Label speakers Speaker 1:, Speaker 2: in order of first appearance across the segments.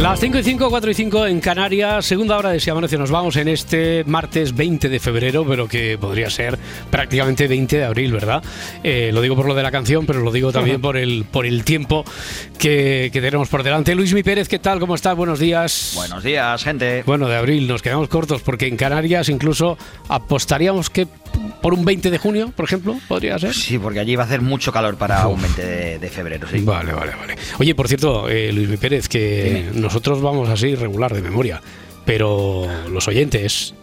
Speaker 1: Las 5 y 5, 4 y 5 en Canarias, segunda hora de Si Amanece. Nos vamos en este martes 20 de febrero, pero que podría ser prácticamente 20 de abril, ¿verdad? Eh, lo digo por lo de la canción, pero lo digo también por el, por el tiempo que, que tenemos por delante. Luis Mi Pérez, ¿qué tal? ¿Cómo estás? Buenos días.
Speaker 2: Buenos días, gente.
Speaker 1: Bueno, de abril nos quedamos cortos porque en Canarias incluso apostaríamos que por un 20 de junio, por ejemplo, podría ser.
Speaker 2: Sí, porque allí va a hacer mucho calor para un 20 de, de febrero, sí.
Speaker 1: Vale, vale, vale. Oye, por cierto, eh, Luis Mi Pérez, que nosotros vamos así regular de memoria, pero los oyentes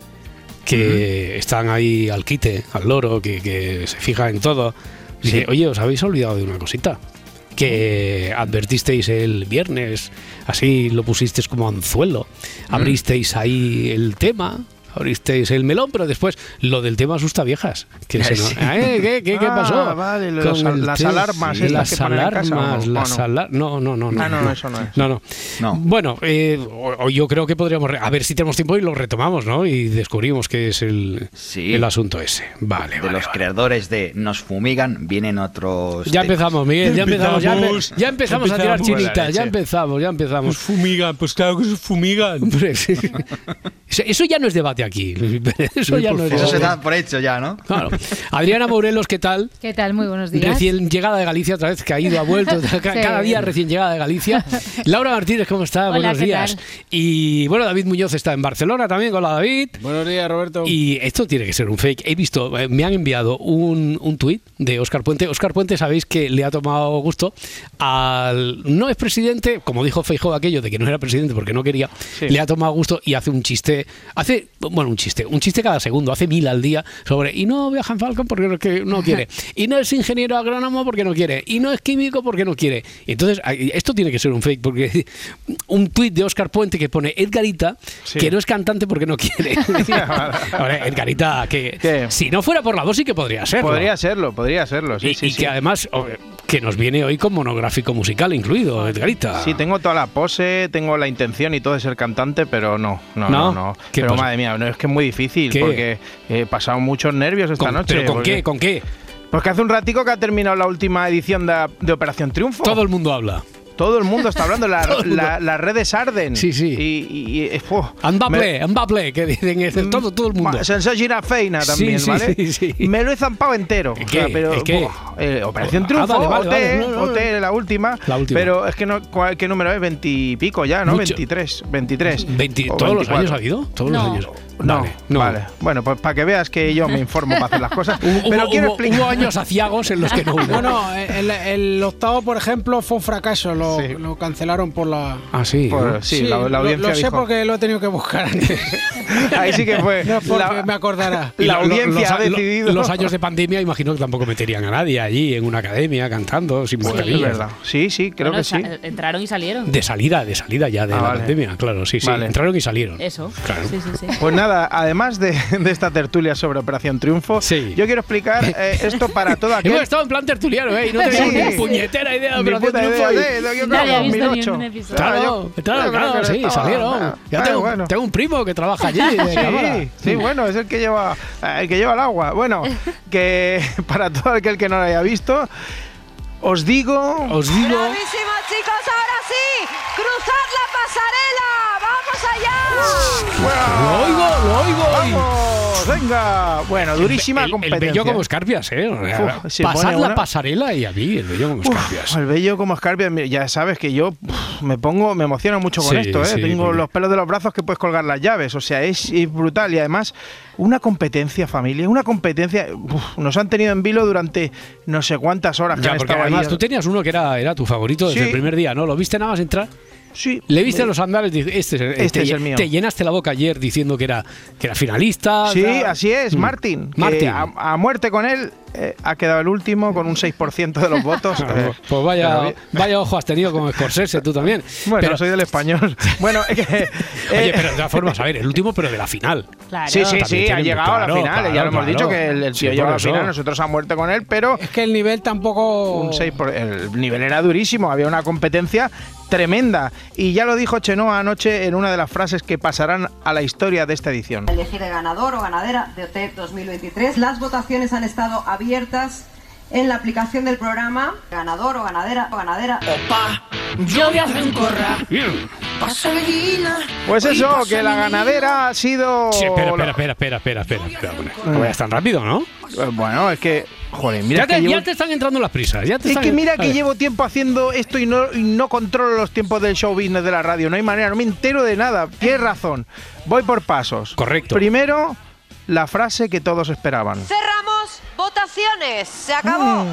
Speaker 1: que están ahí al quite, al loro, que, que se fijan en todo, dicen, oye, os habéis olvidado de una cosita que advertisteis el viernes, así lo pusisteis como anzuelo, abristeis ahí el tema. Abristeis el melón, pero después lo del tema asusta viejas. Que se no-
Speaker 2: Sí.
Speaker 1: ¿Eh? ¿Qué, qué- qué
Speaker 3: Ah,
Speaker 1: pasó?
Speaker 3: vale, lo de
Speaker 1: Con
Speaker 3: las-
Speaker 1: el
Speaker 3: las
Speaker 1: tema.
Speaker 3: alarmas estas
Speaker 1: las
Speaker 3: que ponen en
Speaker 1: alarmas,
Speaker 3: casa, ¿o no?
Speaker 1: las
Speaker 3: ¿O no?
Speaker 1: ala- no, no, no, no.
Speaker 3: Ah, no, eso no es.
Speaker 1: No, no.
Speaker 2: No.
Speaker 1: Bueno, eh, o- o yo creo que podríamos. re- A ver si tenemos tiempo y lo retomamos, ¿no? Y descubrimos qué es el,
Speaker 2: Sí.
Speaker 1: el asunto este. ese. Vale,
Speaker 2: De
Speaker 1: vale,
Speaker 2: los
Speaker 1: vale.
Speaker 2: creadores de Nos fumigan, vienen otros.
Speaker 1: Ya
Speaker 2: temas.
Speaker 1: empezamos, Miguel, ya empezamos, ya, empe-
Speaker 4: Empezamos.
Speaker 1: ya empezamos a tirar
Speaker 4: Empezamos. Buena
Speaker 1: chinitas,
Speaker 4: leche.
Speaker 1: ya empezamos, ya
Speaker 4: Pues
Speaker 1: empezamos.
Speaker 4: fumigan, pues claro que se fumigan.
Speaker 1: Hombre, sí. Eso eso ya no es debate aquí. Luis Pérez, Eso ya no es
Speaker 2: Eso se
Speaker 1: debate.
Speaker 2: da por hecho ya, ¿no?
Speaker 1: Claro. Adriana Morelos, ¿qué tal?
Speaker 5: ¿Qué tal? Muy buenos días.
Speaker 1: Recién llegada de Galicia, otra vez que ha ido, ha vuelto, ca- cada
Speaker 5: Sí.
Speaker 1: día recién llegada de Galicia. Laura Martínez, ¿cómo está?
Speaker 5: Hola,
Speaker 1: Buenos
Speaker 5: ¿qué
Speaker 1: días.
Speaker 5: tal?
Speaker 1: Y bueno, David Muñoz está en Barcelona también. Hola, David.
Speaker 3: Buenos días, Roberto.
Speaker 1: Y esto tiene que ser un fake. He visto, eh, me han enviado un, un tuit de Óscar Puente. Óscar Puente, sabéis que le ha tomado gusto al no es presidente, como dijo Feijóo aquello de que no era presidente porque no quería, le ha tomado gusto y hace un chiste, hace, bueno, un chiste, un chiste cada segundo, hace mil al día sobre, y no viaja en Falcon porque no, que no quiere, y no es ingeniero agrónomo porque no quiere, y no es químico porque no quiere. Entonces, ay, esto tiene que ser un fake porque un tuit de Óscar Puente que pone Edgarita, que no es cantante porque no quiere. Ahora, Edgarita, que
Speaker 3: ¿Qué?
Speaker 1: si no fuera por la voz sí que podría ser.
Speaker 3: Podría serlo, podría serlo, sí,
Speaker 1: y,
Speaker 3: sí,
Speaker 1: y
Speaker 3: sí.
Speaker 1: que además o- que nos viene hoy con monográfico musical incluido, Edgarita.
Speaker 3: Sí, tengo toda la pose, tengo la intención y todo de ser cantante, pero no, no, no.
Speaker 1: ¿No?
Speaker 3: no,
Speaker 1: ¿Qué
Speaker 3: Pero
Speaker 1: pasa?
Speaker 3: madre mía, no, es que es muy difícil
Speaker 1: ¿Qué?
Speaker 3: porque he pasado muchos nervios esta
Speaker 1: Con-
Speaker 3: noche.
Speaker 1: ¿Pero con
Speaker 3: porque-
Speaker 1: qué? ¿Con qué?
Speaker 3: Porque hace un ratico que ha terminado la última edición de, de Operación Triunfo.
Speaker 1: Todo el mundo habla.
Speaker 3: Todo el mundo está hablando, la-
Speaker 1: Todo el mundo.
Speaker 3: la- las redes arden.
Speaker 1: Sí, sí.
Speaker 3: Y, y- y- eh, fu, me- Mm.
Speaker 1: Mbappé, Mbappé, que dicen es de todo, todo el mundo.
Speaker 3: Ma- Sensor Girafeina
Speaker 1: Sí,
Speaker 3: también,
Speaker 1: sí,
Speaker 3: ¿vale?
Speaker 1: sí, sí.
Speaker 3: Me lo he zampado entero.
Speaker 1: ¿El
Speaker 3: O sea,
Speaker 1: qué?
Speaker 3: pero,
Speaker 1: ¿El qué?
Speaker 3: buah, eh, Operación
Speaker 1: Ah,
Speaker 3: Triunfo,
Speaker 1: vale, vale,
Speaker 3: OT,
Speaker 1: vale. No, no, no.
Speaker 3: OT, la última.
Speaker 1: La última.
Speaker 3: Pero es que no, ¿cuál- ¿qué número es? Veintipico ya, ¿no?
Speaker 1: Mucho.
Speaker 3: Veintitrés. Veintitrés.
Speaker 1: Veinti-
Speaker 3: O
Speaker 1: ¿Todos los
Speaker 3: 24.
Speaker 1: años ha habido? Todos los
Speaker 5: No.
Speaker 1: años.
Speaker 3: No,
Speaker 1: Vale,
Speaker 3: vale, Bueno, pues para que veas que yo me informo para hacer las cosas.
Speaker 1: Hubo,
Speaker 3: pero
Speaker 1: hubo-
Speaker 3: quiero
Speaker 1: hubo-
Speaker 3: explicar. eh.
Speaker 1: hubo años aciagos en los que no hubo.
Speaker 6: No, no, el, el octavo, por ejemplo, fue un fracaso. Lo,
Speaker 3: Sí.
Speaker 6: lo cancelaron por la.
Speaker 1: Ah, sí. ¿no?
Speaker 3: Por- sí, la, la
Speaker 6: lo-
Speaker 3: audiencia
Speaker 6: Lo, sé
Speaker 3: dijo.
Speaker 6: porque lo he tenido que buscar antes.
Speaker 3: Ahí sí que fue.
Speaker 6: No es porque
Speaker 3: la-
Speaker 6: me acordará.
Speaker 1: Ah, Y
Speaker 3: la
Speaker 1: lo- lo-
Speaker 3: audiencia
Speaker 1: los,
Speaker 3: ha
Speaker 1: lo-
Speaker 3: decidido.
Speaker 1: Los años de pandemia, imagino que tampoco meterían a nadie allí en una academia cantando sin
Speaker 3: Es
Speaker 1: mascarilla.
Speaker 3: verdad. Sí, sí, creo
Speaker 5: Bueno,
Speaker 3: que sí.
Speaker 5: sa- eh, Entraron y salieron.
Speaker 1: De salida, de salida ya de
Speaker 3: Ah,
Speaker 1: la
Speaker 3: vale.
Speaker 1: pandemia, claro, sí, sí.
Speaker 3: Vale.
Speaker 1: Entraron y salieron.
Speaker 5: Eso.
Speaker 1: Claro.
Speaker 5: Sí, sí, sí.
Speaker 3: Pues nada, además de, de esta tertulia sobre Operación Triunfo,
Speaker 1: Sí.
Speaker 3: yo quiero explicar eh, esto para todo aquel.
Speaker 1: Hemos estado en plan tertuliano, ¿eh? Y no
Speaker 3: Sí.
Speaker 1: tenemos ni puñetera idea de
Speaker 3: Ni
Speaker 1: Operación
Speaker 3: puta
Speaker 1: Triunfo.
Speaker 3: idea, eh, lo que yo
Speaker 5: Nadie ha
Speaker 3: creo,
Speaker 5: visto ni
Speaker 3: 2008.
Speaker 5: un episodio.
Speaker 1: Claro,
Speaker 3: yo-
Speaker 1: claro,
Speaker 3: yo creo
Speaker 1: claro,
Speaker 3: que
Speaker 1: sí,
Speaker 3: no estaba
Speaker 1: salieron.
Speaker 3: nada.
Speaker 1: Ya
Speaker 3: Ah,
Speaker 1: tengo,
Speaker 3: bueno.
Speaker 1: tengo un primo que trabaja allí. de cámara.
Speaker 3: Sí, sí, bueno, es el que lleva eh, el que lleva el agua. Bueno, que para todo aquel que no lo haya visto, os digo
Speaker 1: Os digo,
Speaker 7: Bravísimo, chicos, ahora sí, cruzad la pasarela, vamos
Speaker 8: ¡Vamos allá!
Speaker 1: Lo oigo, lo oigo.
Speaker 3: ¡Vamos! ¡Venga! Bueno, durísima
Speaker 1: el,
Speaker 3: competencia.
Speaker 1: El bello como escarpias, ¿eh? O sea,
Speaker 3: Uf, se
Speaker 1: pasad
Speaker 3: pone
Speaker 1: la
Speaker 3: una-
Speaker 1: pasarela y a mí, el bello como escarpias.
Speaker 3: Uf, el bello como escarpia, mira, ya sabes que yo uf, me pongo, me emociono mucho con
Speaker 1: Sí,
Speaker 3: esto, ¿eh?
Speaker 1: sí,
Speaker 3: tengo
Speaker 1: porque-
Speaker 3: los pelos de los brazos que puedes colgar las llaves, o sea, es, es brutal y además una competencia familia, una competencia, uf, nos han tenido en vilo durante no sé cuántas horas que
Speaker 1: Ya,
Speaker 3: han
Speaker 1: porque
Speaker 3: estado ahí.
Speaker 1: además tú tenías uno que era, era tu favorito desde
Speaker 3: Sí.
Speaker 1: el primer día, ¿no? Lo viste nada más entrar,
Speaker 3: Sí,
Speaker 1: le viste los andales, dices, este es el,
Speaker 3: Este
Speaker 1: te,
Speaker 3: es el mío.
Speaker 1: Te llenaste la boca ayer diciendo que era, que era finalista.
Speaker 3: Sí,
Speaker 1: tal.
Speaker 3: así es,
Speaker 1: Mm.
Speaker 3: Martín. que
Speaker 1: Martín.
Speaker 3: a, a muerte con él eh, ha quedado el último con un 6% de los votos. Eh,
Speaker 1: Pues- Pues vaya,
Speaker 3: pero-
Speaker 1: vaya ojo has tenido con Scorsese tú también.
Speaker 3: Bueno,
Speaker 1: pero,
Speaker 3: soy del español. Bueno, es que,
Speaker 1: oye,
Speaker 3: eh,
Speaker 1: pero de todas formas, a ver, el último, pero de la final.
Speaker 5: Claro.
Speaker 3: Sí, sí,
Speaker 1: También
Speaker 3: sí, ha
Speaker 1: tienen-
Speaker 3: llegado a la
Speaker 1: claro,
Speaker 3: final. ya
Speaker 1: claro,
Speaker 3: lo hemos
Speaker 1: claro.
Speaker 3: dicho que el, el
Speaker 1: Sí,
Speaker 3: tío llegó a la
Speaker 1: por eso.
Speaker 3: final, nosotros a muerte con él, pero
Speaker 6: Es que el nivel tampoco.
Speaker 3: un 6 por- el nivel era durísimo, había una competencia tremenda. Y ya lo dijo Chenoa anoche en una de las frases que pasarán a la historia de esta edición.
Speaker 8: Elegir el ganador o ganadera de OT 2023. Las votaciones han estado abiertas en la aplicación del programa. Ganador o ganadera o ganadera.
Speaker 1: Bien.
Speaker 3: Pues eso, que la ganadera ha sido.
Speaker 1: Sí, espera, espera, espera, espera, espera, espera, espera, bueno, No vayas tan rápido, ¿no?
Speaker 3: Eh, Bueno, es que. Joder, mira.
Speaker 1: ya,
Speaker 3: que
Speaker 1: te,
Speaker 3: llevo-
Speaker 1: ya te están entrando las prisas. Ya te
Speaker 3: Es
Speaker 1: están-
Speaker 3: que mira
Speaker 1: a
Speaker 3: que
Speaker 1: ver.
Speaker 3: llevo tiempo haciendo esto y no, y no controlo los tiempos del show business de la radio. No hay manera, no me entero de nada. Tienes razón. Voy por pasos.
Speaker 1: Correcto.
Speaker 3: Primero, la frase que todos esperaban.
Speaker 8: Cerramos votaciones. Se acabó.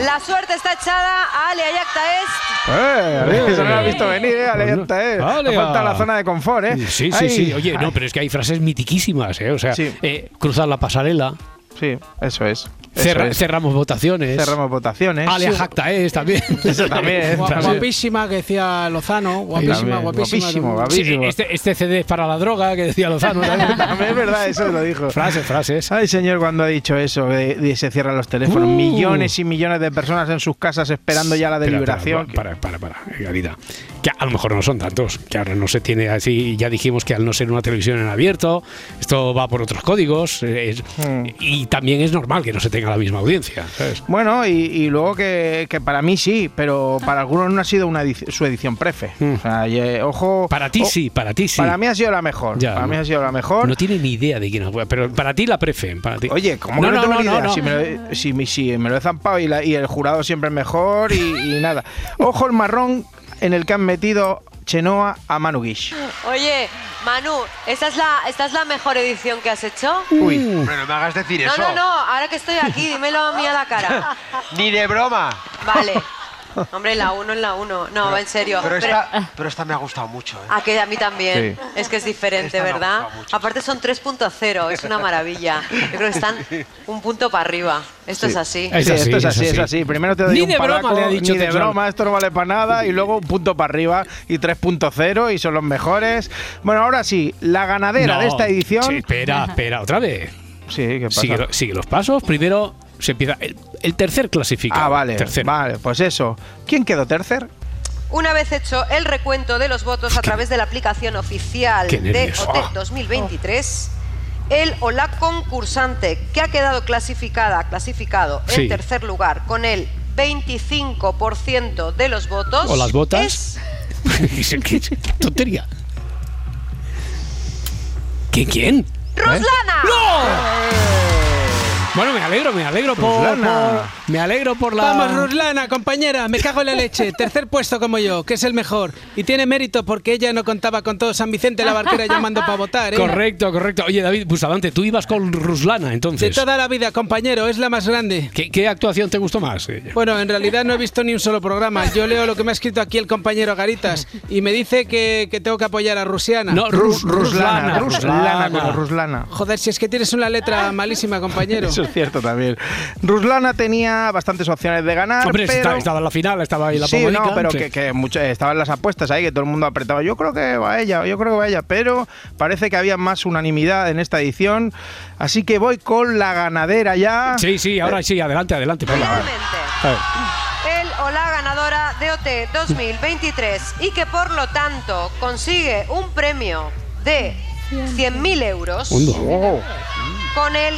Speaker 8: La suerte está echada a Ale Ayacta Est.
Speaker 3: ¡Eh! Eso no lo has visto venir, ¿eh? Ale,
Speaker 1: Bueno,
Speaker 3: está, ¿eh?
Speaker 1: vale,
Speaker 3: falta
Speaker 1: ah.
Speaker 3: la zona de confort, ¿eh?
Speaker 1: Sí, sí,
Speaker 3: Ay,
Speaker 1: sí. Oye,
Speaker 3: ay,
Speaker 1: no, pero es que hay frases mitiquísimas, ¿eh? O sea,
Speaker 3: Sí.
Speaker 1: eh, cruzar la pasarela,
Speaker 3: Sí, eso es. Eso
Speaker 1: cerra-
Speaker 3: es.
Speaker 1: cerramos votaciones.
Speaker 3: Cerramos votaciones.
Speaker 1: Alea
Speaker 3: Sí.
Speaker 1: Jacta es también.
Speaker 3: Eso también, ¿eh?
Speaker 6: Guap-
Speaker 1: Frases-
Speaker 6: Guapísima que decía Lozano. Guapísima,
Speaker 3: También,
Speaker 6: guapísima.
Speaker 3: guapísimo,
Speaker 6: también.
Speaker 1: Sí,
Speaker 3: guapísimo.
Speaker 1: este, este CD es para la droga que decía Lozano. también.
Speaker 3: También es verdad, eso lo dijo.
Speaker 1: frases, frases.
Speaker 3: Ay, señor, cuando ha dicho eso, de, de se cierran los teléfonos.
Speaker 1: Uh.
Speaker 3: Millones y millones de personas en sus casas esperando ya la
Speaker 1: Espera,
Speaker 3: deliberación.
Speaker 1: Para, para, para, para, Garita. Que a lo mejor no son tantos. Que ahora no se tiene así. Ya dijimos que al no ser una televisión en abierto, esto va por otros códigos. eh, es-
Speaker 3: Hmm.
Speaker 1: Y también es normal que no se tenga la misma audiencia. ¿sabes?
Speaker 3: Bueno, y, y luego que, que para mí sí, pero para algunos no ha sido una edici- su edición prefe.
Speaker 1: Mm.
Speaker 3: O sea, y, eh, ojo.
Speaker 1: Para ti
Speaker 3: o-
Speaker 1: sí, para ti sí.
Speaker 3: Para mí ha sido la mejor.
Speaker 1: Ya,
Speaker 3: para mí
Speaker 1: no.
Speaker 3: ha sido la mejor.
Speaker 1: No tiene ni idea de quién es. Pero para ti la prefe. Para ti.
Speaker 3: Oye, ¿cómo que no, tengo ni idea? Si, me lo, si me- si me lo he zampado y, la- y el jurado siempre es mejor y, y nada. Ojo el marrón en el que han metido Chenoa a Manu Guix.
Speaker 8: Oye, Manu, ¿esta es, la, ¿esta es la mejor edición que has hecho?
Speaker 3: Uy.
Speaker 9: Pero no hagas decir
Speaker 8: No,
Speaker 9: eso.
Speaker 8: no, no, ahora que estoy aquí, dímelo a mí a la cara.
Speaker 9: Ni de broma.
Speaker 8: Vale. Hombre, la 1 en la 1. No, en serio.
Speaker 9: Pero
Speaker 8: Pero-
Speaker 9: esta, pero esta me ha gustado mucho, ¿eh?
Speaker 8: A que a mí también.
Speaker 3: Sí.
Speaker 8: Es que es diferente,
Speaker 9: Esta me ha
Speaker 8: ¿verdad?
Speaker 9: gustado mucho.
Speaker 8: Aparte son 3.0, es una maravilla. Yo creo que están un punto para arriba. Esto es así.
Speaker 1: Es
Speaker 3: Sí,
Speaker 1: así,
Speaker 3: esto es
Speaker 1: es
Speaker 3: así, es
Speaker 1: así.
Speaker 3: así. Primero te doy
Speaker 1: Ni
Speaker 3: un
Speaker 1: de broma
Speaker 3: palaco,
Speaker 1: le ha dicho
Speaker 3: ni de
Speaker 1: Tetuán.
Speaker 3: broma, esto no vale para nada. Y luego un punto para arriba y 3.0 y son los mejores. Bueno, ahora sí, la ganadera
Speaker 1: No.
Speaker 3: de esta edición.
Speaker 1: Sí,
Speaker 3: Sí,
Speaker 1: espera, espera, otra vez.
Speaker 3: ¿qué pasa?
Speaker 1: Sigue, lo- sigue los pasos. Primero se empieza. El, el tercer clasificado.
Speaker 3: Ah, vale,
Speaker 1: Tercero.
Speaker 3: vale, pues eso. ¿Quién quedó tercer?
Speaker 8: Una vez hecho el recuento de los votos a través de la aplicación oficial
Speaker 1: Qué
Speaker 8: de
Speaker 1: nervios. Ah.
Speaker 8: OT 2023, el o la concursante que ha quedado clasificada, clasificado en
Speaker 1: Sí.
Speaker 8: tercer lugar con el 25% de los votos.
Speaker 1: O las botas.
Speaker 8: es-
Speaker 1: Dice, ¿qué tontería? ¿Quién? ¿Quién? ¿Eh? este-
Speaker 8: ¡Ruslana!
Speaker 1: Bueno, me alegro, me alegro por,
Speaker 3: Ruslana.
Speaker 1: por- Me alegro por la.
Speaker 6: Vamos, Ruslana, compañera, me cago en la leche. Tercer puesto como yo, que es el mejor. Y tiene mérito porque ella no contaba con todo San Vicente la barquera llamando para votar. ¿eh?
Speaker 1: Correcto, correcto. Oye, David Bustamante, tú ibas con Ruslana
Speaker 6: De
Speaker 1: entonces.
Speaker 6: toda la vida, compañero, es la más grande.
Speaker 1: ¿Qué, qué actuación te gustó más? Eh,
Speaker 6: Bueno, en realidad no he visto ni un solo programa. Yo leo lo que me ha escrito aquí el compañero Garitas y me dice que, que tengo que apoyar a Rusiana.
Speaker 1: No, Rus- Ruslana.
Speaker 3: Ruslana, con
Speaker 1: Ruslana.
Speaker 3: Ruslana.
Speaker 6: Joder, si es que tienes una letra malísima, compañero.
Speaker 3: Eso es cierto también. Ruslana tenía bastantes opciones de ganar,
Speaker 1: Hombre,
Speaker 3: pero...
Speaker 1: estaba, estaba en la final, estaba ahí la
Speaker 3: sí,
Speaker 1: Pomónica,
Speaker 3: no, pero
Speaker 1: sí.
Speaker 3: que, que mucho- eh, estaban las apuestas ahí, que todo el mundo apretaba. Yo creo que va ella, yo creo que va ella, pero parece que había más unanimidad en esta edición. Así que voy con la ganadera ya.
Speaker 1: Sí, sí, ahora sí, adelante, adelante. venga,
Speaker 8: Finalmente.
Speaker 1: a ver.
Speaker 8: el o la ganadora de OT 2023 y que por lo tanto consigue un premio de 100.000 euros
Speaker 1: Hondo.
Speaker 3: Oh,
Speaker 8: con el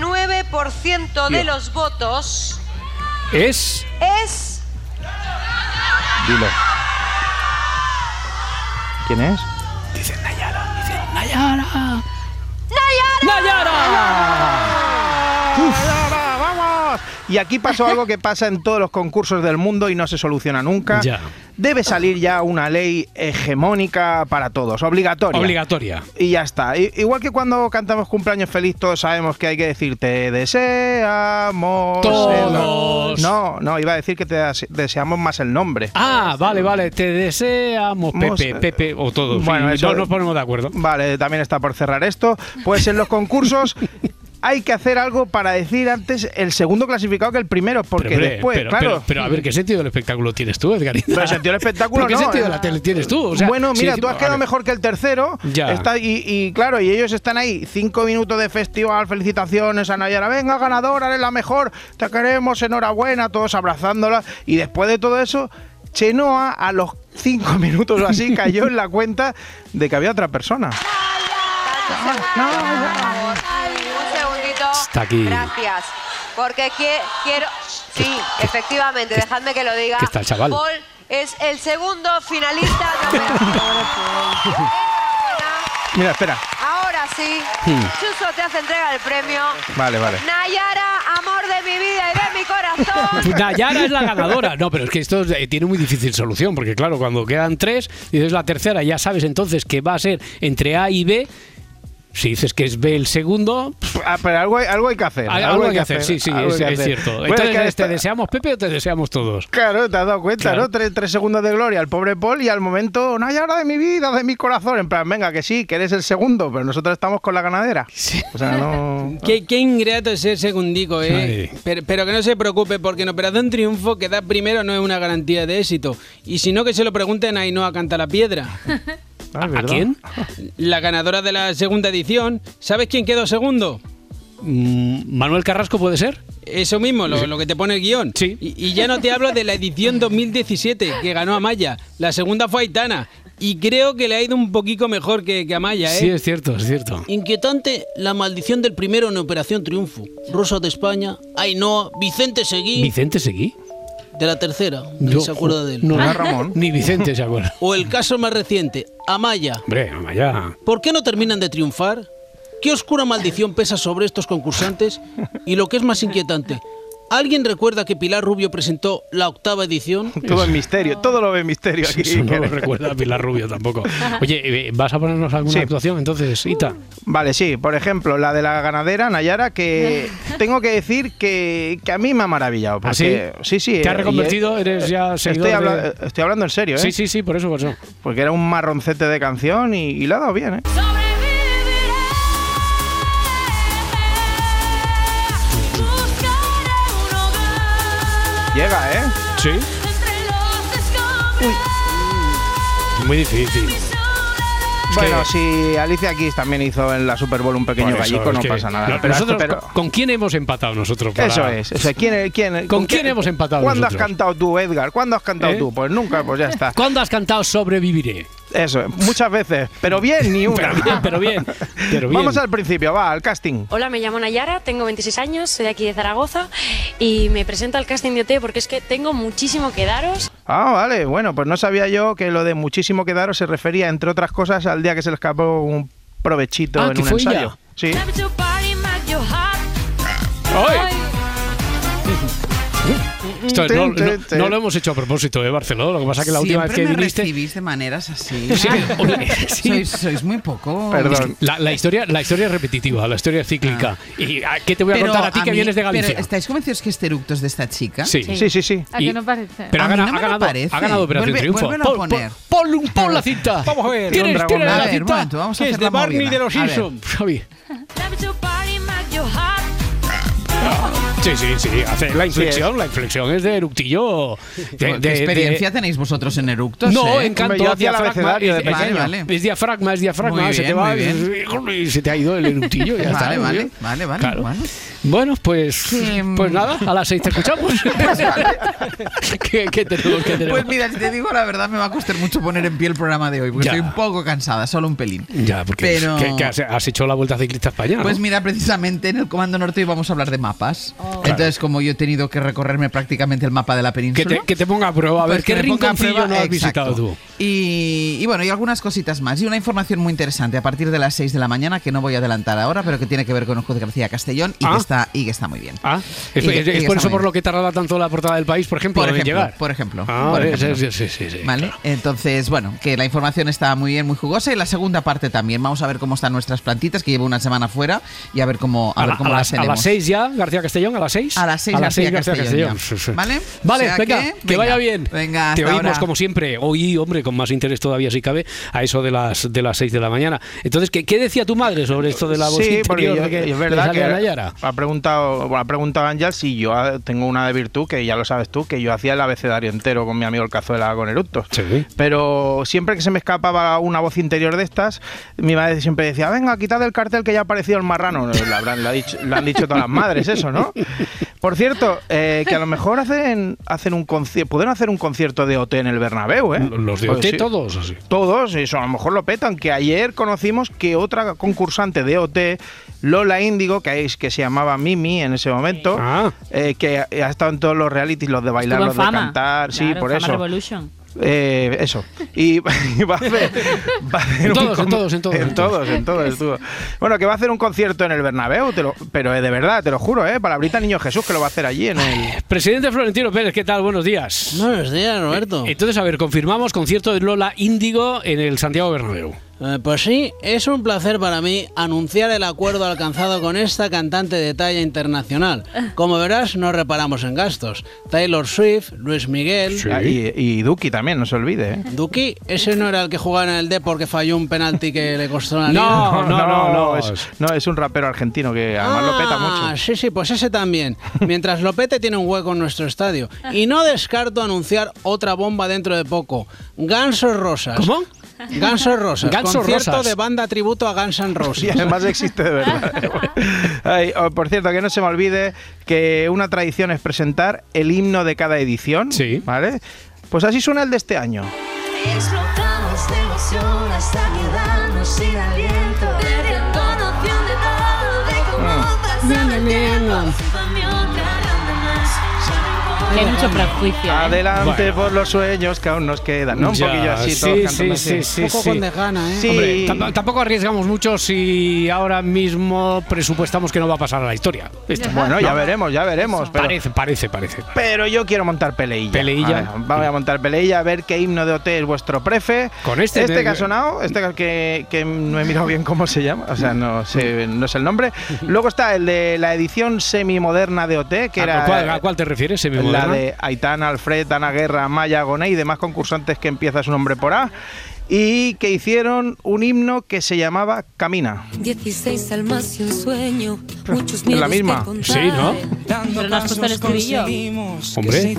Speaker 8: 49% de los votos
Speaker 1: Es.
Speaker 8: es
Speaker 3: dilo. ¿Quién es?
Speaker 1: Dicen Nayara. Dicen Nayara.
Speaker 3: ¡Nayara, vamos! Y aquí pasó algo que pasa en todos los concursos del mundo y no se soluciona nunca.
Speaker 1: Ya.
Speaker 3: Debe salir ya una ley hegemónica para todos, obligatoria.
Speaker 1: Obligatoria.
Speaker 3: y ya está. I- Igual que cuando cantamos cumpleaños feliz, todos sabemos que hay que decir te deseamos. el-".
Speaker 1: Todos.
Speaker 3: No, no, iba a decir que te dese- deseamos más el nombre.
Speaker 1: Ah, vale, vale. Te deseamos,
Speaker 3: Mos-
Speaker 1: Pepe, Pepe o todos.
Speaker 3: Bueno,
Speaker 1: Bueno,
Speaker 3: eso-
Speaker 1: nos ponemos de acuerdo.
Speaker 3: Vale, también está por cerrar esto. Pues en los concursos hay que hacer algo para decir antes el segundo clasificado que el primero, porque
Speaker 1: hombre,
Speaker 3: después,
Speaker 1: pero,
Speaker 3: claro.
Speaker 1: pero- pero a ver, ¿qué sentido del espectáculo tienes tú, Edgarita?
Speaker 3: Pero el sentido del espectáculo
Speaker 1: ¿Pero ¿Qué
Speaker 3: no,
Speaker 1: sentido
Speaker 3: eh.
Speaker 1: de la tele tienes tú? O sea,
Speaker 3: bueno,
Speaker 1: si
Speaker 3: mira, tú
Speaker 1: decimos-
Speaker 3: has
Speaker 1: a
Speaker 3: quedado
Speaker 1: ver,
Speaker 3: mejor que el tercero.
Speaker 1: Ya.
Speaker 3: Está- y, y claro, y ellos están ahí. Cinco minutos de festival, felicitaciones a Nayara. Venga, ganadora, eres la mejor. Te queremos, enhorabuena, todos abrazándola. Y después de todo eso, Chenoa a los cinco minutos o así cayó en la cuenta de que había otra persona.
Speaker 8: Un segundito.
Speaker 1: Está aquí.
Speaker 8: Gracias. Porque qui- quiero. Sí, efectivamente, dejadme que lo diga.
Speaker 1: que está el chaval.
Speaker 8: Paul es el segundo finalista de Operación.
Speaker 3: Mira, espera.
Speaker 8: Ahora sí, Chuso te hace entrega el premio.
Speaker 3: Vale, vale.
Speaker 8: Nayara, amor de mi vida y de mi corazón.
Speaker 1: Nayara es la ganadora. No, pero es que esto eh, tiene muy difícil solución, porque claro, cuando quedan tres, dices la tercera, ya sabes entonces que va a ser entre A y B. Si dices que es B el segundo,
Speaker 3: Ah, pero algo hay, algo hay que hacer.
Speaker 1: Hay- Algo, hay que hacer, sí, sí,
Speaker 3: algo
Speaker 1: es,
Speaker 3: hay que
Speaker 1: es
Speaker 3: hacer.
Speaker 1: cierto.
Speaker 3: Bueno,
Speaker 1: Entonces,
Speaker 3: es que este-
Speaker 1: ¿te
Speaker 3: esta-
Speaker 1: deseamos Pepe o te deseamos todos?
Speaker 3: Claro, te has dado cuenta,
Speaker 1: Claro.
Speaker 3: ¿no? Tres, tres segundos de gloria al pobre Paul y al momento, no hay hora de mi vida, de mi corazón. En plan, venga, que sí, que eres el segundo, pero nosotros estamos con la ganadera. O sea, no.
Speaker 6: Qué, qué ingrato es ser segundico, ¿eh?
Speaker 1: Ay.
Speaker 6: Pero, pero que no se preocupe, porque en Operación Triunfo quedar primero no es una garantía de éxito. Y si no, que se lo pregunten a Ainhoa Canta la Piedra,
Speaker 3: Ah, es
Speaker 1: ¿A
Speaker 3: verdad.
Speaker 1: quién?
Speaker 6: la ganadora de la segunda edición. ¿Sabes quién quedó segundo?
Speaker 1: Mm, ¿Manuel Carrasco puede ser?
Speaker 6: Eso mismo, lo, lo que te pone el guión.
Speaker 1: Sí.
Speaker 6: Y, y ya no te hablo de la edición 2017, que ganó Amaya. La segunda fue Aitana. Y creo que le ha ido un poquito mejor que, que Amaya, ¿eh?
Speaker 1: Sí, es cierto, es cierto.
Speaker 7: Inquietante la maldición del primero en Operación Triunfo. Rosa de España, Ainhoa, Vicente Seguí,
Speaker 1: ¿Vicente Seguí?
Speaker 7: de la tercera, nadie se acuerda de él.
Speaker 1: No,
Speaker 3: Ah, Ramón.
Speaker 1: Ni Vicente se acuerda.
Speaker 7: O el caso más reciente, Amaya.
Speaker 1: Hombre, vaya.
Speaker 7: ¿Por qué no terminan de triunfar? ¿Qué oscura maldición pesa sobre estos concursantes? Y lo que es más inquietante, ¿alguien recuerda que Pilar Rubio presentó la octava edición?
Speaker 3: Todo es misterio, todo lo ve misterio aquí.
Speaker 1: Eso no lo recuerda a Pilar Rubio tampoco. Oye, eh, ¿vas a ponernos alguna
Speaker 3: Sí.
Speaker 1: actuación entonces, Ita?
Speaker 3: Vale, sí, por ejemplo, la de la ganadera, Nayara, que tengo que decir que, que a mí me ha maravillado.
Speaker 1: ¿Ah, sí?
Speaker 3: Porque, sí, sí.
Speaker 1: ¿Te has
Speaker 3: eh,
Speaker 1: reconvertido?
Speaker 3: y, eh,
Speaker 1: ¿Eres ya seguidor
Speaker 3: Estoy, habla-
Speaker 1: de-
Speaker 3: estoy hablando en serio, ¿eh?
Speaker 1: Sí, sí, sí, por eso, por eso.
Speaker 3: Porque era un marroncete de canción y, y la ha dado bien, ¿eh? Llega, ¿eh?
Speaker 1: Sí. Muy difícil.
Speaker 3: Bueno,
Speaker 1: que-
Speaker 3: si Alicia Keys también hizo en la Super Bowl un pequeño
Speaker 1: Por eso,
Speaker 3: gallico,
Speaker 1: es
Speaker 3: no
Speaker 1: que-
Speaker 3: pasa nada.
Speaker 1: No,
Speaker 3: Pero-
Speaker 1: nosotros,
Speaker 3: pero-
Speaker 1: ¿Con quién hemos empatado nosotros? para-
Speaker 3: eso es. O sea, ¿quién, quién,
Speaker 1: ¿Con quién
Speaker 3: qué-
Speaker 1: hemos empatado
Speaker 3: ¿Cuándo
Speaker 1: nosotros?
Speaker 3: has cantado tú, Edgar? ¿Cuándo has cantado
Speaker 1: ¿Eh?
Speaker 3: tú? Pues nunca, pues ya está.
Speaker 1: ¿Cuándo has cantado Sobreviviré?
Speaker 3: Eso, es, muchas veces. Pero bien, ni una.
Speaker 1: Pero bien, pero bien. Pero bien.
Speaker 3: Vamos al principio, va, al casting.
Speaker 10: Hola, me llamo Nayara, tengo 26 años, soy de aquí de Zaragoza y me presento al casting de OT porque es que tengo muchísimo que daros.
Speaker 3: Ah, vale, bueno, pues no sabía yo que lo de muchísimo quedaros se refería, entre otras cosas, al día que se le escapó un provechito
Speaker 1: Ah,
Speaker 3: en
Speaker 1: que
Speaker 3: un
Speaker 1: fue ella.
Speaker 3: ensayo. Sí.
Speaker 1: Esto no,
Speaker 3: Ten, ten,
Speaker 1: no-
Speaker 3: ten.
Speaker 1: no lo hemos hecho a propósito, ¿eh, Barcelona? Lo que pasa es que la última vez
Speaker 11: Siempre
Speaker 1: que
Speaker 11: me
Speaker 1: viniste...
Speaker 11: recibís de maneras así.
Speaker 1: Sí, hombre, sí.
Speaker 11: Sois, sois muy poco.
Speaker 3: Perdón.
Speaker 1: La, la historia, la historia es repetitiva, la historia es cíclica. ¿Y a qué te voy a contar a ti que
Speaker 11: mí-
Speaker 1: vienes de
Speaker 11: Ah. Pero
Speaker 1: Galicia?
Speaker 11: ¿Estáis convencidos que este eructo es de esta chica?
Speaker 1: Sí.
Speaker 3: Sí, sí, sí.
Speaker 5: ¿A
Speaker 1: Y-
Speaker 5: que no parece?
Speaker 1: Pero
Speaker 11: A
Speaker 1: ha
Speaker 11: mí
Speaker 1: ganado,
Speaker 11: no me
Speaker 1: ha
Speaker 11: lo
Speaker 1: ganado,
Speaker 11: parece.
Speaker 1: ha ganado Operación
Speaker 11: Vuelve-
Speaker 1: Triunfo.
Speaker 11: vuélvelo a
Speaker 1: Pon,
Speaker 11: poner.
Speaker 1: pon- ponle un- pon la cinta.
Speaker 6: Vamos a ver.
Speaker 1: ¿Tienes,
Speaker 3: Don
Speaker 1: tienes
Speaker 3: Dragón.
Speaker 1: la
Speaker 11: A ver, un
Speaker 1: cinta?
Speaker 11: momento, vamos
Speaker 6: Que
Speaker 11: a hacer
Speaker 6: es de
Speaker 11: la
Speaker 6: Barney
Speaker 11: movida.
Speaker 6: de los
Speaker 11: A ver.
Speaker 6: Simpsons.
Speaker 1: Javi. Sí, sí, sí. hace la inflexión, la inflexión es de eructillo. De,
Speaker 11: ¿Qué
Speaker 1: de- de-
Speaker 11: experiencia tenéis vososotros en eructos?
Speaker 1: no,
Speaker 11: eh?
Speaker 1: en canto
Speaker 3: Hombre, yo hacía el
Speaker 1: diafragma,
Speaker 3: abecedario de
Speaker 1: es, es-
Speaker 11: pequeño. Vale, vale.
Speaker 1: es diafragma, es diafragma,
Speaker 11: Muy
Speaker 1: se te
Speaker 11: bien,
Speaker 1: va
Speaker 11: muy bien.
Speaker 1: y se te ha ido el eructillo. Ya está,
Speaker 11: Vale,
Speaker 1: muy
Speaker 11: vale,
Speaker 1: bien.
Speaker 11: vale, vale,
Speaker 1: Claro.
Speaker 11: vale.
Speaker 1: Bueno, pues,
Speaker 11: Que, mm,
Speaker 1: pues nada, a las seis te escuchamos. ¿Qué, qué tenemos que tener?
Speaker 11: Pues mira, si te digo la verdad, me va a costar mucho poner en pie el programa de hoy, porque
Speaker 1: Ya.
Speaker 11: estoy un poco cansada, solo un pelín.
Speaker 1: ya, porque
Speaker 11: Pero-
Speaker 1: que- que has, has hecho la Vuelta Ciclista a España. ¿no?
Speaker 5: Oh.
Speaker 11: Pues mira, precisamente en el Comando Norte hoy vamos a hablar de mapas. Entonces, como yo he tenido que recorrerme prácticamente el mapa de la
Speaker 1: Que
Speaker 11: península.
Speaker 1: te, que te ponga a prueba, a ver
Speaker 11: pues
Speaker 1: qué
Speaker 11: que me ponga a
Speaker 1: rinconcillo
Speaker 11: prueba,
Speaker 1: no has
Speaker 11: exacto.
Speaker 1: visitado tú.
Speaker 11: Y, y bueno, y algunas cositas más. Y una información muy interesante a partir de las 6 de la mañana que no voy a adelantar ahora, pero que tiene que ver con el juez García Castellón y,
Speaker 1: Ah.
Speaker 11: que, está, y que está muy bien.
Speaker 1: Ah, Es,
Speaker 11: Y que-
Speaker 1: es-
Speaker 11: y
Speaker 1: es
Speaker 11: que
Speaker 1: por
Speaker 11: está
Speaker 1: eso
Speaker 11: muy
Speaker 1: por lo que tardaba tanto la portada del país, por ejemplo,
Speaker 11: Por
Speaker 1: en
Speaker 11: ejemplo,
Speaker 1: llegar.
Speaker 11: por ejemplo.
Speaker 1: Ah,
Speaker 11: por
Speaker 1: vale,
Speaker 11: ejemplo.
Speaker 1: sí, sí, sí, sí.
Speaker 11: ¿Vale? Entonces, bueno, que la información está muy bien, muy jugosa. Y la segunda parte también. Vamos a ver cómo están nuestras plantitas, que llevo una semana fuera, y a ver cómo, a
Speaker 1: A, la-
Speaker 11: ver cómo
Speaker 1: a
Speaker 11: las
Speaker 1: las, a
Speaker 11: tenemos.
Speaker 1: las seis ya, García Castellón, a las seis.
Speaker 11: A las seis García Castellón, ya. ¿Vale?
Speaker 1: Vale,
Speaker 11: O sea
Speaker 1: venga,
Speaker 11: que,
Speaker 1: que,
Speaker 11: venga.
Speaker 1: vaya bien.
Speaker 11: Venga,
Speaker 1: Te
Speaker 11: hasta
Speaker 1: oímos
Speaker 11: ahora.
Speaker 1: como siempre, hoy, hombre, con más interés todavía si cabe, a eso de las de las seis de la mañana. Entonces, ¿qué, qué decía tu madre sobre esto de la voz
Speaker 3: sí, porque
Speaker 1: interior
Speaker 3: yo-
Speaker 1: de que
Speaker 3: es
Speaker 1: le
Speaker 3: verdad
Speaker 1: sale
Speaker 3: que
Speaker 1: a la Yara?
Speaker 3: ha preguntado, bueno, ha preguntado Ángel si yo ah, tengo una de virtud, que ya lo sabes tú, que yo hacía el abecedario entero con mi amigo el cazuela con eructos. Pero siempre que se me escapaba una voz interior de estas, mi madre siempre decía, "Ah, venga, quitad el cartel que ya ha aparecido el marrano. Le habrán, le ha dicho- le han dicho todas las madres eso, ¿no? Por cierto, eh, que a lo mejor hacen, hacen un concierto, pueden hacer un concierto de OT en el Bernabéu, ¿eh?
Speaker 1: Los de
Speaker 3: Pues
Speaker 1: OT
Speaker 3: sí.
Speaker 1: todos, así.
Speaker 3: Todos, eso a lo mejor lo petan. Que ayer conocimos que otra concursante de OT, Lola Índigo, que, es- que se llamaba Mimi en ese momento,
Speaker 1: Ah.
Speaker 3: eh, que ha ha estado en todos los realities, los de bailar,
Speaker 5: Estuvo en
Speaker 3: los de
Speaker 5: Fama.
Speaker 3: cantar, sí,
Speaker 5: Claro,
Speaker 3: por
Speaker 5: Fama
Speaker 3: eso.
Speaker 5: Revolution.
Speaker 3: Eh, eso. Y, y va a hacer. va a hacer
Speaker 1: En
Speaker 3: un
Speaker 1: todos, en
Speaker 3: con-
Speaker 1: todos, en todos, en
Speaker 3: En todos, en todos. estuvo. Bueno, que va a hacer un concierto en el Bernabéu, te lo- pero eh, de verdad, te lo juro, ¿eh? Palabrita Niño Jesús, que lo va a hacer allí en el.
Speaker 1: Presidente Florentino Pérez, ¿qué tal? Buenos días. Eh,
Speaker 7: Buenos días, Roberto.
Speaker 1: Entonces, a ver, confirmamos concierto de Lola Índigo en el Santiago Bernabéu.
Speaker 7: Eh, pues sí, es un placer para mí anunciar el acuerdo alcanzado con esta cantante de talla internacional. Como verás, no reparamos en gastos. Taylor Swift, Luis Miguel...
Speaker 3: Ah, Y, y Duki también, no se olvide, ¿eh?
Speaker 7: Duki, ese no era el que jugaba en el Depor que falló un penalti que le costó la liga?
Speaker 3: Es, no, es un rapero argentino que además lo peta
Speaker 7: Ah,
Speaker 3: mucho.
Speaker 7: Sí, sí, pues ese también. Mientras lo pete, tiene un hueco en nuestro estadio. Y no descarto anunciar otra bomba dentro de poco. Gansos Rosas.
Speaker 1: ¿Cómo?
Speaker 7: Gansos Rosas.
Speaker 3: Guns N'
Speaker 7: concierto
Speaker 3: Rosas.
Speaker 7: de banda tributo a Guns N' Roses.
Speaker 3: Y además existe de verdad. Ay, oh, por cierto, que no se me olvide que una tradición es presentar el himno de cada edición. Sí. ¿Vale? Pues así suena el de este año.
Speaker 12: Explotamos de emoción hasta quedarnos sin aliento. Perdiendo noción de todo, de cómo pasaba el tiempo.
Speaker 5: Hay mucho prejuicio. ¿eh?
Speaker 3: Adelante
Speaker 1: Bueno.
Speaker 3: por los sueños que aún nos quedan, ¿no? Un
Speaker 1: Ya,
Speaker 3: poquillo así,
Speaker 1: sí,
Speaker 3: todos
Speaker 1: sí,
Speaker 3: cantando
Speaker 1: sí,
Speaker 3: así.
Speaker 1: sí, sí.
Speaker 7: ¿eh?
Speaker 3: Sí.
Speaker 1: Hombre, tamp- tampoco arriesgamos mucho si ahora mismo presupuestamos que no va a pasar a la historia. Esto,
Speaker 3: Bueno, ya
Speaker 1: ¿no?
Speaker 3: veremos, ya veremos. Pero,
Speaker 1: Parece, parece, parece.
Speaker 3: pero yo quiero montar peleilla.
Speaker 1: Peleilla.
Speaker 3: A ver, vamos a montar peleilla, a ver qué himno de OT es vuestro prefe.
Speaker 1: Con este
Speaker 3: Este
Speaker 1: me-
Speaker 3: que ha sonado, este que, que no he mirado bien cómo se llama, o sea, no, sé, no es el nombre. Luego está el de la edición semimoderna de OT, que
Speaker 1: ¿A cuál, a
Speaker 3: era
Speaker 1: cuál te refieres, semimoderna?
Speaker 3: la de Aitana, Alfred, Ana Guerra, Maya, Gonei y demás concursantes que empieza su nombre por A. Y que hicieron un himno que se llamaba Camina.
Speaker 13: 16 almas y un sueño. Muchos
Speaker 3: Es la
Speaker 13: miedos
Speaker 3: misma.
Speaker 13: que
Speaker 1: Sí, ¿no?
Speaker 5: Pero no has puesto el estribillo.
Speaker 1: Hombre.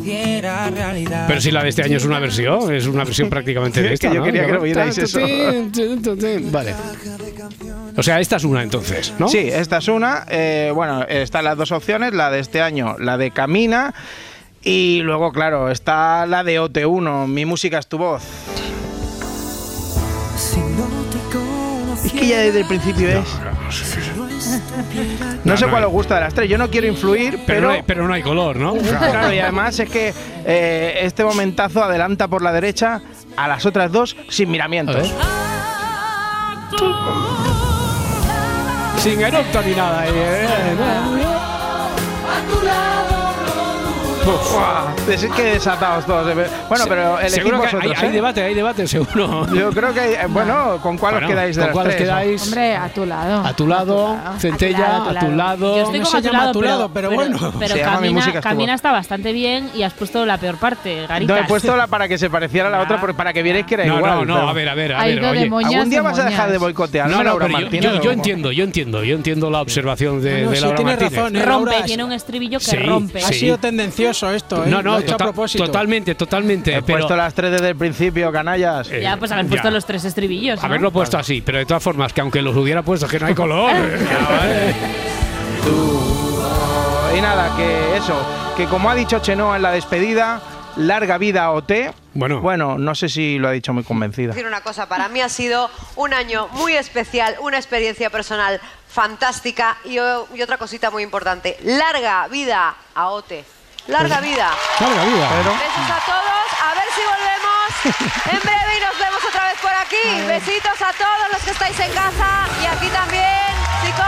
Speaker 1: Pero si la de este año es una versión, es una versión prácticamente de
Speaker 3: Es que
Speaker 1: esta.
Speaker 3: yo
Speaker 1: ¿no?
Speaker 3: quería que lo vierais eso.
Speaker 1: Vale. O sea, esta es una entonces, ¿no?
Speaker 3: Sí, esta es una. eh, bueno, están las dos opciones, la de este año, la de Camina. Y luego, claro, está la de OT1, Mi música es tu voz. Es que ya desde el principio es. No, sé cuál os gusta de las tres, yo no quiero influir,
Speaker 1: Pero,
Speaker 3: pero.
Speaker 1: no hay, pero no hay color, ¿no?
Speaker 3: Claro, y además es que eh, este momentazo adelanta por la derecha a las otras dos sin miramientos.
Speaker 1: Sin erupto ni nada. ¿eh?
Speaker 3: Buah, Es que desatados todos. eh. Bueno,
Speaker 1: Se-
Speaker 3: pero elegid
Speaker 1: seguro que hay-
Speaker 3: vosotros,
Speaker 1: hay
Speaker 3: ¿eh?
Speaker 1: debate, hay debate, seguro.
Speaker 3: Yo creo que, eh, bueno, ¿con cuál
Speaker 1: Bueno,
Speaker 3: os quedáis de
Speaker 1: ¿con
Speaker 3: las
Speaker 1: cuál os
Speaker 3: tres?
Speaker 1: quedáis?
Speaker 5: Hombre, a tu lado.
Speaker 1: A tu lado, Centella, a tu lado.
Speaker 5: Yo estoy
Speaker 1: No
Speaker 5: como
Speaker 1: se
Speaker 5: a tu
Speaker 1: llama
Speaker 5: lado,
Speaker 1: a tu lado,
Speaker 5: pero,
Speaker 1: bueno.
Speaker 5: pero
Speaker 3: Se llama Mi
Speaker 5: camina,
Speaker 3: música es tu
Speaker 5: camina
Speaker 3: voz.
Speaker 5: está bastante bien y has puesto la peor parte, Garitas.
Speaker 3: No, he puesto la para que se pareciera a
Speaker 5: Ah.
Speaker 3: la otra, porque para que vierais que era
Speaker 1: No,
Speaker 3: igual.
Speaker 1: no, no,
Speaker 3: pero-
Speaker 1: a ver, a ver, a Ha ver, ido de oye. moñas
Speaker 3: Algún día
Speaker 1: en
Speaker 3: vas a dejar
Speaker 1: moñas.
Speaker 3: de boicotearme,
Speaker 1: No, no,
Speaker 3: Laura
Speaker 1: pero yo-
Speaker 3: Martínez.
Speaker 1: yo, yo
Speaker 3: ¿cómo?
Speaker 1: entiendo, yo entiendo, yo entiendo la observación de,
Speaker 7: No,
Speaker 1: de
Speaker 7: sí,
Speaker 1: Laura
Speaker 7: tienes
Speaker 1: Martínez.
Speaker 7: razón, ¿eh,
Speaker 5: rompe,
Speaker 7: Laura?
Speaker 5: tiene un estribillo que
Speaker 1: Sí,
Speaker 5: rompe.
Speaker 1: sí.
Speaker 7: Ha sido tendencioso esto, ¿eh?
Speaker 1: No, no,
Speaker 7: Lo he hecho a
Speaker 1: tota-
Speaker 7: propósito.
Speaker 1: totalmente, totalmente.
Speaker 3: He
Speaker 1: pero-
Speaker 3: puesto las tres desde el principio, canallas.
Speaker 5: Ya, pues haber
Speaker 1: Eh, ya.
Speaker 5: puesto los tres estribillos. ¿no?
Speaker 1: Haberlo puesto así, pero de todas formas, que aunque los hubiera puesto, es que no hay color.
Speaker 3: Y nada, que eso, que como ha dicho Chenoa en la despedida, larga vida OT.
Speaker 1: Bueno.
Speaker 3: bueno, no sé si lo ha dicho muy convencida.
Speaker 8: decir una cosa, para mí ha sido un año muy especial, una experiencia personal fantástica y, o- y otra cosita muy importante, larga vida a Ote. Larga vida.
Speaker 1: Pues, Larga vida.
Speaker 8: Besos a todos, a ver si volvemos en breve y nos vemos otra vez por aquí. Besitos a todos los que estáis en casa y aquí también, chicos.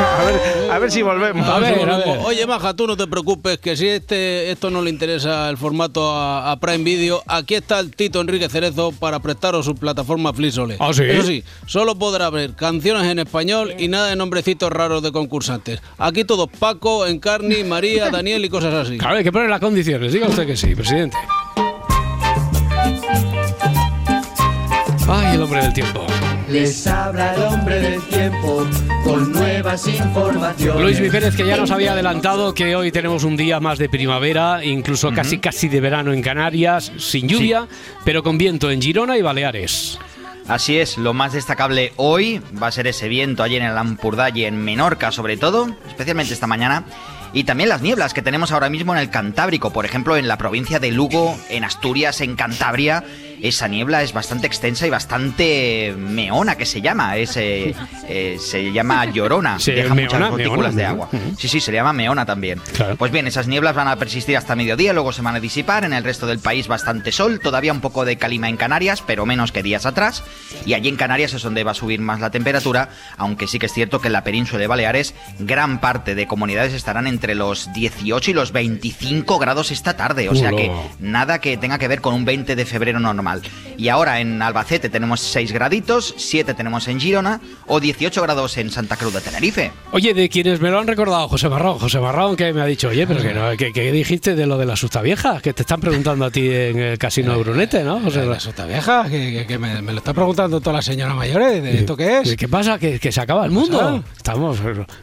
Speaker 3: A ver, a ver si volvemos.
Speaker 7: A ver, Oye, Maja, tú no te preocupes, que si este, esto no le interesa el formato a, a Prime Video, aquí está el Tito Enrique Cerezo para prestaros su plataforma Flisole.
Speaker 1: ¿Ah, sí?
Speaker 7: Eso sí, solo podrá ver canciones en español y nada de nombrecitos raros de concursantes. Aquí todos Paco, Encarni, María, Daniel y cosas así.
Speaker 1: Claro, hay que poner las condiciones. Diga usted que sí, presidente. Ay, el hombre del tiempo.
Speaker 14: Les habla el hombre del tiempo con nuevas informaciones.
Speaker 1: Luis Víquez, que ya nos había adelantado que hoy tenemos un día más de primavera, incluso casi casi de verano en Canarias, sin lluvia, pero con viento en Girona y Baleares.
Speaker 2: Así es, lo más destacable hoy va a ser ese viento allí en el Ampurdá y en Menorca sobre todo, especialmente esta mañana, y también las nieblas que tenemos ahora mismo en el Cantábrico, por ejemplo en la provincia de Lugo, en Asturias, en Cantabria, esa niebla es bastante extensa y bastante meona que se llama, es, eh, eh, se llama llorona,
Speaker 1: Sí,
Speaker 2: deja
Speaker 1: meona,
Speaker 2: muchas
Speaker 1: meona,
Speaker 2: gotículas de
Speaker 1: meona.
Speaker 2: agua.
Speaker 1: Ujú.
Speaker 2: Sí, sí, se le llama meona también. Pues bien, esas nieblas van a persistir hasta mediodía, luego se van a disipar. En el resto del país bastante sol, todavía un poco de calima en Canarias, pero menos que días atrás. Y allí en Canarias es donde va a subir más la temperatura, aunque sí que es cierto que en la península de Baleares gran parte de comunidades estarán entre los 18 y los 25 grados esta tarde. O sea que
Speaker 1: Ulo.
Speaker 2: nada que tenga que ver con un 20 de febrero normal. Y ahora en Albacete tenemos 6 graditos, 7 tenemos en Girona o 18 grados en Santa Cruz de Tenerife.
Speaker 1: Oye, de quienes me lo han recordado, José Marrón, José Marrón que me ha dicho, oye, pero que, no, que, que dijiste de lo de la susta vieja, que te están preguntando a ti en el casino de Brunete, ¿no? José la
Speaker 6: susta vieja, que, me, lo está preguntando toda la señora mayores, de esto que es.
Speaker 1: ¿Qué pasa? ¿Que, que se acaba el mundo? Estamos,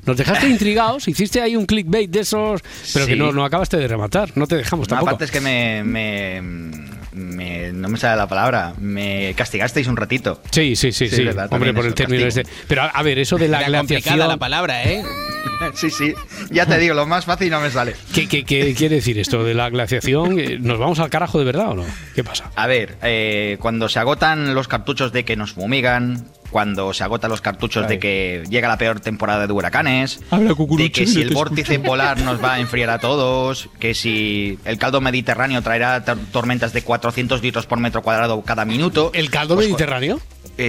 Speaker 1: nos dejaste intrigados, hiciste ahí un clickbait de esos, pero que
Speaker 2: Sí.
Speaker 1: no, no acabaste de rematar, no te dejamos
Speaker 2: No,
Speaker 1: Pues tampoco.
Speaker 2: aparte es que me, me- me- No me sale la palabra. Me castigasteis un ratito.
Speaker 1: Sí, sí, sí,
Speaker 2: Sí,
Speaker 1: sí.
Speaker 2: verdad,
Speaker 1: Hombre,
Speaker 2: también
Speaker 1: por
Speaker 2: es
Speaker 1: el
Speaker 2: otro
Speaker 1: término
Speaker 2: castigo.
Speaker 1: este. Pero a, a ver, eso de la
Speaker 2: Era complicada
Speaker 1: glaciación.
Speaker 2: la
Speaker 7: palabra, ¿eh?
Speaker 2: sí, sí. Ya te digo, lo más fácil no me sale.
Speaker 1: ¿Qué, qué- qué quiere decir esto de la glaciación? Eh, ¿Nos vamos al carajo de verdad o no? ¿Qué pasa?
Speaker 2: A ver, eh, cuando se agotan los cartuchos de que nos fumigan, cuando se agotan los cartuchos de que llega la peor temporada de huracanes,
Speaker 4: Habla
Speaker 2: de
Speaker 4: cucurucho.
Speaker 2: que si el
Speaker 4: vórtice
Speaker 2: vórtice polar nos va a enfriar a todos, que si el caldo mediterráneo traerá tor- tormentas de 400 litros por metro cuadrado cada minuto. pues, eh,
Speaker 1: ¿El caldo mediterráneo?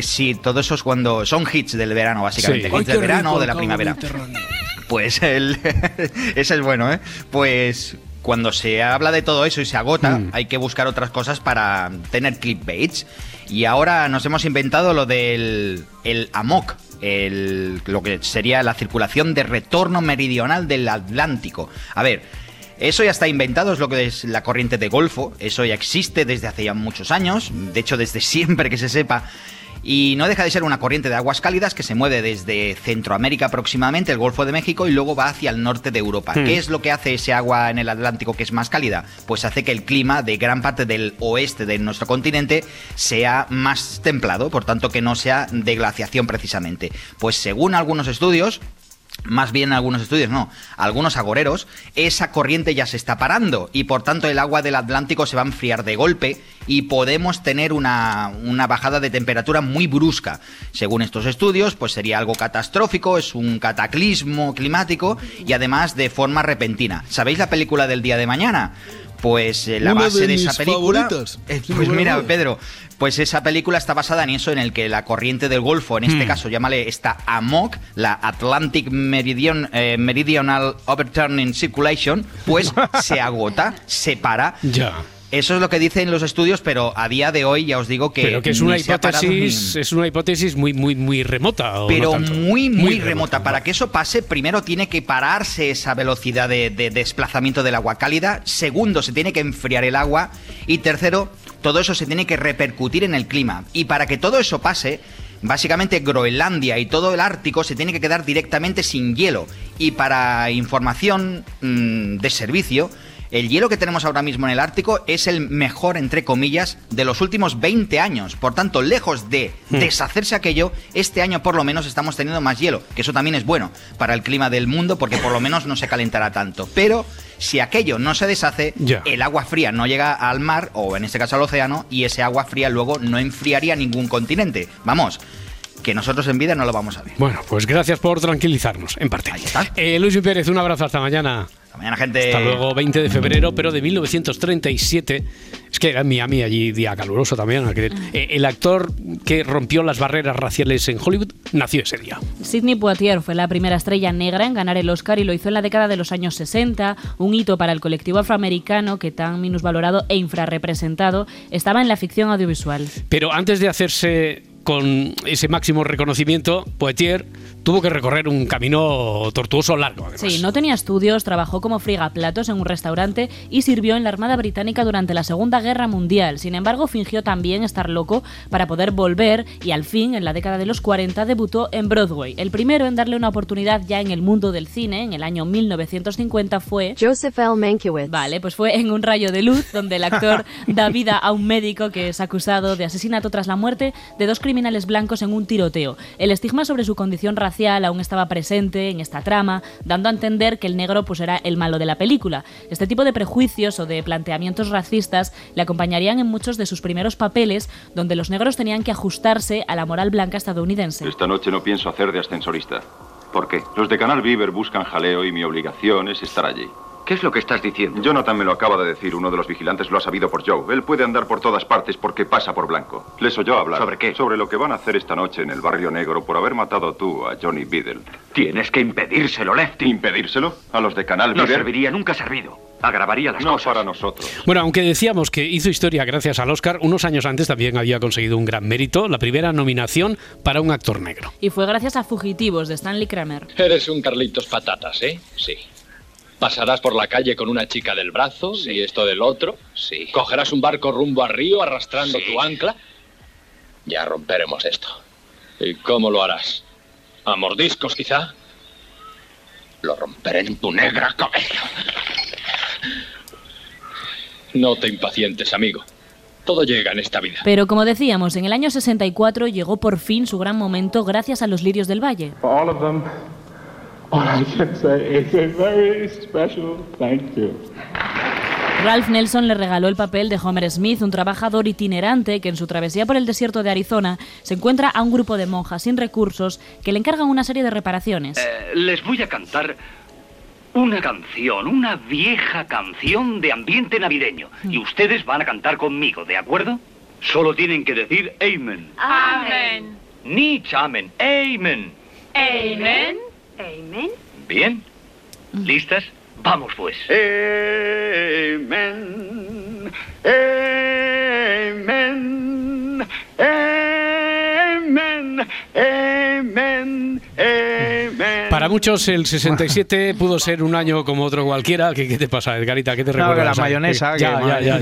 Speaker 2: sí, todo eso es cuando son hits del verano, básicamente.
Speaker 1: Sí. Ay,
Speaker 2: Hits
Speaker 1: qué
Speaker 2: del verano
Speaker 1: rico
Speaker 2: o de
Speaker 1: el
Speaker 2: la
Speaker 1: caldo
Speaker 2: primavera. Pues el, ese es bueno, ¿eh? Pues cuando se habla de todo eso y se agota, hay que buscar otras cosas para tener clickbaits. Y ahora nos hemos inventado lo del el AMOC, el, lo que sería la circulación de retorno meridional del Atlántico. A ver, eso ya está inventado, es lo que es la corriente de Golfo, eso ya existe desde hace ya muchos años, de hecho desde siempre que se sepa, y no deja de ser una corriente de aguas cálidas que se mueve desde Centroamérica aproximadamente, el Golfo de México, y luego va hacia el norte de Europa.
Speaker 15: Hmm.
Speaker 2: ¿Qué es lo que hace ese agua en el Atlántico que es más cálida? Pues hace que el clima de gran parte del oeste de nuestro continente sea más templado, por tanto que no sea de glaciación precisamente. Pues según algunos estudios, más bien algunos estudios, no, algunos agoreros, esa corriente ya se está parando y por tanto el agua del Atlántico se va a enfriar de golpe y podemos tener una, una bajada de temperatura muy brusca. Según estos estudios, pues sería algo catastrófico, es un cataclismo climático y además de forma repentina. ¿Sabéis la película del día de mañana? Pues eh, la
Speaker 7: Una
Speaker 2: base
Speaker 7: de
Speaker 2: de, esa
Speaker 7: mis
Speaker 2: película...
Speaker 7: favoritas.
Speaker 2: Eh,
Speaker 7: Sí,
Speaker 2: pues
Speaker 7: bueno,
Speaker 2: mira,
Speaker 7: bueno.
Speaker 2: Pedro, pues esa película está basada en eso, en el que la corriente del Golfo, en este
Speaker 1: Hmm.
Speaker 2: caso llámale esta AMOC, la Atlantic Meridian, eh, Meridional Overturning Circulation, pues se agota, se para.
Speaker 1: Ya.
Speaker 2: Eso es lo que dicen los estudios, pero a día de hoy ya os digo que.
Speaker 1: Pero que es una
Speaker 2: ni se ha parado ni-
Speaker 1: hipótesis, es una hipótesis muy, muy, muy remota. ¿o no
Speaker 2: pero
Speaker 1: tanto?
Speaker 2: muy, muy, remota. Para que eso pase, primero tiene que pararse esa velocidad de, de desplazamiento del agua cálida. Segundo, se tiene que enfriar el agua. Y tercero, todo eso se tiene que repercutir en el clima. Y para que todo eso pase, básicamente Groenlandia y todo el Ártico se tiene que quedar directamente sin hielo. Y para información mm, de servicio, El hielo que tenemos ahora mismo en el Ártico es el mejor, entre comillas, de los últimos 20 años. Por tanto, lejos de
Speaker 16: Hmm.
Speaker 2: deshacerse aquello, este año por lo menos estamos teniendo más hielo, que eso también es bueno para el clima del mundo porque por lo menos no se calentará tanto. Pero si aquello no se deshace,
Speaker 1: Ya.
Speaker 2: el agua fría no llega al mar, o en este caso al océano, y ese agua fría luego no enfriaría ningún continente. Vamos, que nosotros en vida no lo vamos a ver.
Speaker 1: Bueno, pues gracias por tranquilizarnos, en parte. Eh, Luis Pérez, un abrazo, hasta mañana. Hasta
Speaker 2: mañana, gente.
Speaker 1: Hasta luego, 20 de febrero, pero de 1937. Es que era en Miami, allí día caluroso también. aquel-
Speaker 2: Ah.
Speaker 1: eh, el actor que rompió las barreras raciales en Hollywood nació ese día.
Speaker 5: Sidney Poitier fue la primera estrella negra en ganar el Oscar y lo hizo en la década de los años 60, un hito para el colectivo afroamericano que tan minusvalorado e infrarrepresentado estaba en la ficción audiovisual.
Speaker 1: Pero antes de hacerse con ese máximo reconocimiento, Poetier tuvo que recorrer un camino tortuoso largo.
Speaker 5: Sí, no tenía estudios, trabajó como frigaplatos en un restaurante y sirvió en la Armada Británica durante la Segunda Guerra Mundial. Sin embargo, fingió también estar loco para poder volver y al fin, en la década de los 40, debutó en Broadway. El primero en darle una oportunidad ya en el mundo del cine, en el año 1950, fue... Joseph L. Mankiewicz. Vale, pues fue en Un rayo de luz, donde el actor da vida a un médico que es acusado de asesinato tras la muerte de dos criminales blancos en un tiroteo. El estigma sobre su condición racial aún estaba presente en esta trama, dando a entender que el negro pues era el malo de la película. Este tipo de prejuicios o de planteamientos racistas le acompañarían en muchos de sus primeros papeles, donde los negros tenían que ajustarse a la moral blanca estadounidense.
Speaker 17: Esta noche no pienso hacer de ascensorista. ¿Por qué? Los de Canal Viver buscan jaleo y mi obligación es estar allí. ¿Qué es lo que estás diciendo? Jonathan me lo acaba de decir. Uno de los vigilantes lo ha sabido por Joe. Él puede andar por todas partes porque pasa por blanco. Les oyó hablar. ¿Sobre qué? Sobre lo que van a hacer esta noche en el barrio negro por haber matado tú a Johnny Biddle. Tienes que impedírselo, Lefty. ¿Impedírselo? A los de Canal
Speaker 18: No
Speaker 17: Viver.
Speaker 18: serviría,
Speaker 17: nunca ha servido. Agravaría las cosas. No para nosotros.
Speaker 1: Bueno, aunque decíamos que hizo historia gracias al Oscar, unos años antes también había conseguido un gran mérito, la primera nominación para un actor negro.
Speaker 5: Y fue gracias a Fugitivos de Stanley Kramer.
Speaker 19: Eres un Carlitos Patatas, ¿eh? Sí. Pasarás por la calle con una chica del brazo y esto del otro. Sí. Cogerás un barco rumbo a río arrastrando tu ancla. Ya romperemos esto. ¿Y cómo lo harás? ¿A mordiscos, quizá? Lo romperé en tu negra cabeza. No te impacientes, amigo. Todo llega en esta vida.
Speaker 5: Pero como decíamos, en el año 64 llegó por fin su gran momento gracias a Los Lirios del Valle.
Speaker 9: For all of them, all I can say is a very special thank you.
Speaker 5: Ralph Nelson le regaló el papel de Homer Smith, un trabajador itinerante que en su travesía por el desierto de Arizona se encuentra a un grupo de monjas sin recursos que le encargan una serie de reparaciones.
Speaker 18: Eh, les voy a cantar una canción, una vieja canción de ambiente navideño. Y ustedes van a cantar conmigo, ¿de acuerdo? Solo tienen que decir Amen.
Speaker 20: Amén.
Speaker 18: Nietzsche, Amen. Amen.
Speaker 20: Amen. Amen.
Speaker 18: Bien. ¿Listas? Vamos pues.
Speaker 9: Amen. Amen. Amen. Amen. Amen.
Speaker 1: Para muchos el 67 pudo ser un año como otro cualquiera. ¿Qué, qué te pasa, Edgarita? ¿Qué te
Speaker 3: No,
Speaker 1: recuerda?
Speaker 3: que la
Speaker 1: ¿Sabes?
Speaker 3: mayonesa,
Speaker 1: Eh,
Speaker 3: que
Speaker 1: ya, ya,
Speaker 3: madre.
Speaker 1: ya,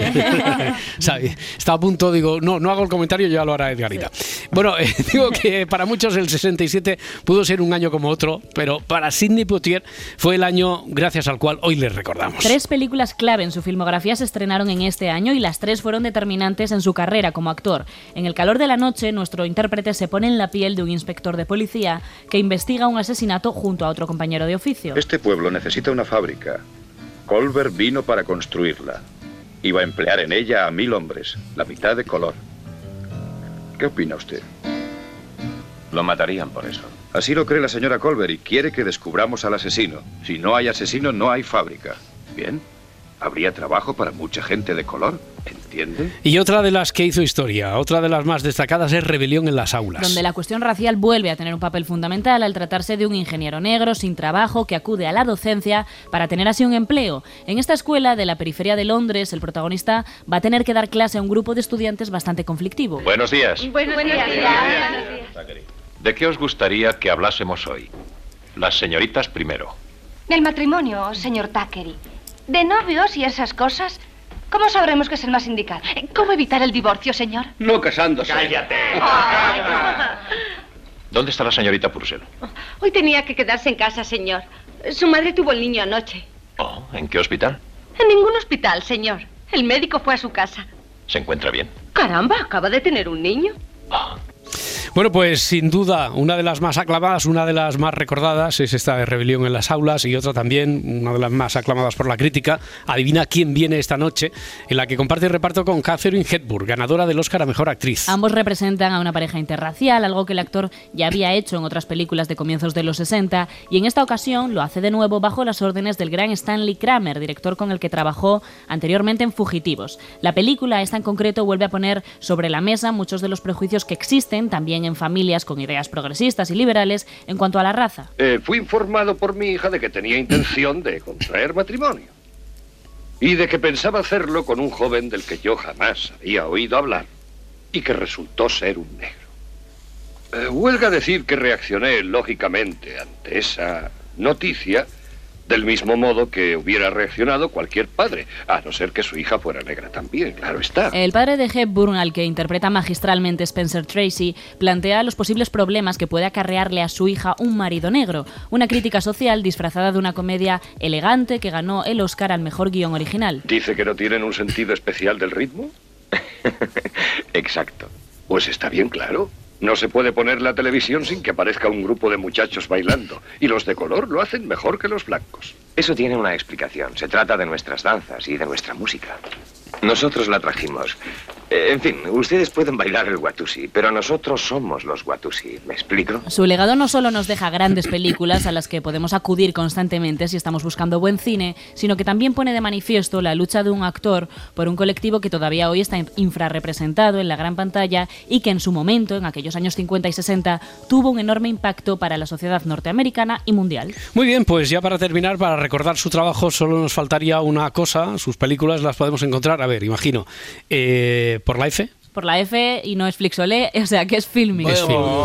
Speaker 1: ya. ¿Sabes? Está a punto, digo, no, no hago el comentario, ya lo hará Edgarita. Bueno, eh, digo que para muchos el 67 pudo ser un año como otro, pero para Sidney Poitier fue el año gracias al cual hoy les recordamos.
Speaker 5: Tres películas clave en su filmografía se estrenaron en este año y las tres fueron determinantes en su carrera como actor. En El calor de la noche, nuestro intérprete se pone en la piel de un inspector de policía que investiga un asesinato junto a otro compañero de oficio.
Speaker 21: Este pueblo necesita una fábrica. Colbert vino para construirla. Iba a emplear en ella a mil hombres, la mitad de color. ¿Qué opina usted? Lo matarían por eso. Así lo cree la señora Colbert y quiere que descubramos al asesino. Si no hay asesino, no hay fábrica. Bien. Habría trabajo para mucha gente de color, ¿entiende?
Speaker 1: Y otra de las que hizo historia, otra de las más destacadas es Rebelión en las aulas.
Speaker 5: donde la cuestión racial vuelve a tener un papel fundamental al tratarse de un ingeniero negro sin trabajo que acude a la docencia para tener así un empleo. En esta escuela de la periferia de Londres, el protagonista va a tener que dar clase a un grupo de estudiantes bastante conflictivo.
Speaker 21: Buenos días.
Speaker 20: Buenos, días.
Speaker 21: ¿De qué os gustaría que hablásemos hoy? Las señoritas primero.
Speaker 20: Del matrimonio, señor Thackeray. De novios y esas cosas. ¿Cómo sabremos que es el más indicado?
Speaker 22: Eh,
Speaker 20: ¿Cómo evitar el divorcio, señor?
Speaker 18: No casándose. Cállate.
Speaker 21: ¿Dónde está la señorita Purcell?
Speaker 23: Hoy tenía que quedarse en casa, señor. Su madre tuvo el niño anoche.
Speaker 21: ¿En qué hospital?
Speaker 22: En ningún hospital, señor. El médico fue a su casa.
Speaker 24: ¿Se encuentra bien?
Speaker 22: Caramba, acaba de tener un niño.
Speaker 1: Bueno, pues sin duda, una de las más aclamadas, una de las más recordadas es esta de Rebelión en las aulas y otra también, una de las más aclamadas por la crítica, Adivina quién viene esta noche, en la que comparte el reparto con Catherine Hepburn, ganadora del Oscar a Mejor Actriz.
Speaker 5: Ambos representan a una pareja interracial, algo que el actor ya había hecho en otras películas de comienzos de los 60, y en esta ocasión lo hace de nuevo bajo las órdenes del gran Stanley Kramer, director con el que trabajó anteriormente en Fugitivos. La película, esta en concreto, vuelve a poner sobre la mesa muchos de los prejuicios que existen también en familias con ideas progresistas y liberales en cuanto a la raza.
Speaker 17: Eh, fui informado por mi hija de que tenía intención de contraer matrimonio. Y de que pensaba hacerlo con un joven del que yo jamás había oído hablar. Y que resultó ser un negro. Eh, huelga decir que reaccioné lógicamente ante esa noticia del mismo modo que hubiera reaccionado cualquier padre, a no ser que su hija fuera negra también, claro está.
Speaker 5: El padre de Hepburn, al que interpreta magistralmente Spencer Tracy, plantea los posibles problemas que puede acarrearle a su hija un marido negro, una crítica social disfrazada de una comedia elegante que ganó el Oscar al mejor guión original.
Speaker 17: ¿Dice que no tienen un sentido especial del ritmo? Exacto. Pues está bien claro. No se puede poner la televisión sin que aparezca un grupo de muchachos bailando. Y los de color lo hacen mejor que los blancos.
Speaker 25: Eso tiene una explicación. Se trata de nuestras danzas y de nuestra música. Nosotros la trajimos. Eh, En fin, ustedes pueden bailar el guatusi, pero nosotros somos los guatusi. ¿Me explico?
Speaker 5: Su legado no solo nos deja grandes películas a las que podemos acudir constantemente si estamos buscando buen cine, sino que también pone de manifiesto la lucha de un actor por un colectivo que todavía hoy está in- infrarrepresentado en la gran pantalla y que en su momento, en aquellos años 50 y 60, tuvo un enorme impacto para la sociedad norteamericana y mundial.
Speaker 1: Muy bien, pues ya para terminar, para recordar su trabajo, solo nos faltaría una cosa. Sus películas las podemos encontrar, a ver, imagino, eh, por la F.
Speaker 5: Por la F y no es Flixolé, o sea que es filming.
Speaker 1: Es filming.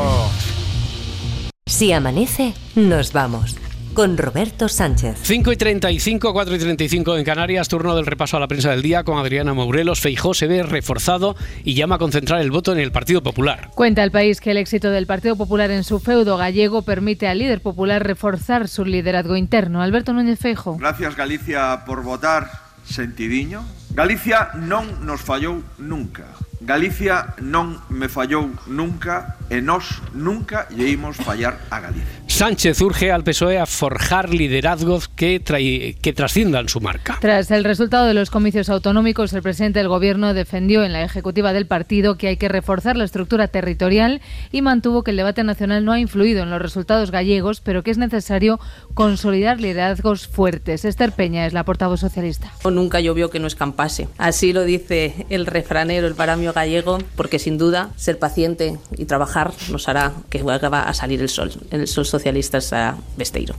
Speaker 26: Si amanece, nos vamos. Con Roberto Sánchez.
Speaker 1: 5 y 35, 4 y 35 en Canarias, turno del repaso a la prensa del día con Adriana Maurelos. Feijó se ve reforzado y llama a concentrar el voto en el Partido Popular.
Speaker 27: Cuenta el país que el éxito del Partido Popular en su feudo gallego permite al líder popular reforzar su liderazgo interno. Alberto Núñez Feijo.
Speaker 28: Gracias Galicia por votar, sentidiño. Galicia non nos fallou nunca. Galicia non me fallou nunca e nós nunca lle imos fallar a Galicia.
Speaker 1: Sánchez urge al PSOE E a forjar liderazgos que, trai- que trasciendan su marca.
Speaker 27: Tras el resultado de los comicios autonómicos, el presidente del Gobierno defendió en la ejecutiva del partido que hay que reforzar la estructura territorial y mantuvo que el debate nacional no ha influido en los resultados gallegos, pero que es necesario consolidar liderazgos fuertes. Esther Peña es la portavoz socialista.
Speaker 29: O nunca llovió que no escampase. Así lo dice el refranero, el paramio gallego, porque sin duda ser paciente y trabajar nos hará que vuelva a salir el sol. El sol socialista será Besteiro.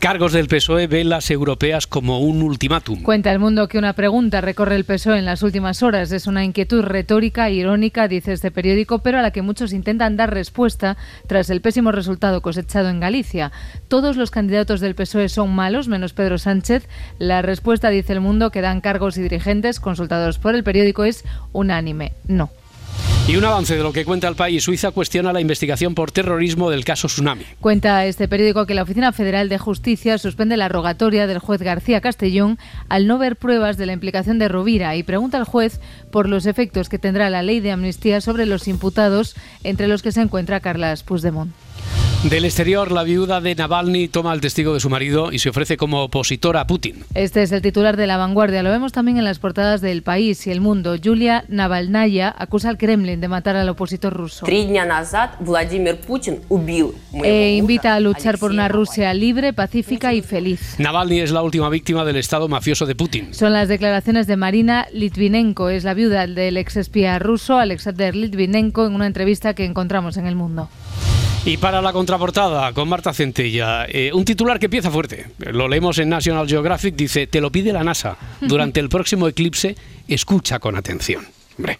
Speaker 1: Cargos del PSOE ven E las europeas como un ultimátum.
Speaker 27: Cuenta el mundo que una pregunta recorre el PSOE en las últimas horas. Es una inquietud retórica, irónica, dice este periódico, pero a la que muchos intentan dar respuesta tras el pésimo resultado cosechado en Galicia. Todos los candidatos del PSOE E son malos, menos Pedro Sánchez. La respuesta, dice el mundo, que dan cargos y dirigentes consultados por el periódico es unánime. No.
Speaker 1: Y un avance de lo que cuenta el país. Suiza cuestiona la investigación por terrorismo del caso Tsunami.
Speaker 27: Cuenta este periódico que la Oficina Federal de Justicia suspende la rogatoria del juez García Castellón al no ver pruebas de la implicación de Rovira y pregunta al juez por los efectos que tendrá la ley de amnistía sobre los imputados, entre los que se encuentra Carlas Puigdemont.
Speaker 1: Del exterior, la viuda de Navalny toma el testigo de su marido y se ofrece como opositora a Putin.
Speaker 27: Este es el titular de La Vanguardia. Lo vemos también en las portadas del País y El Mundo. Julia Navalnaya acusa al Kremlin de matar al opositor ruso.
Speaker 30: Три дня назад Владимир Путин убил
Speaker 27: E invita a luchar por una Rusia libre, pacífica y feliz.
Speaker 1: Navalny es la última víctima del estado mafioso de Putin.
Speaker 27: Son las declaraciones de Marina Litvinenko, es la viuda del exespía ruso Alexander Litvinenko en una entrevista que encontramos en El Mundo.
Speaker 1: Y para la contraportada, con Marta Centella, eh, un titular que empieza fuerte. Lo leemos en National Geographic, dice, te lo pide la NASA. Durante el próximo eclipse, escucha con atención. Hombre,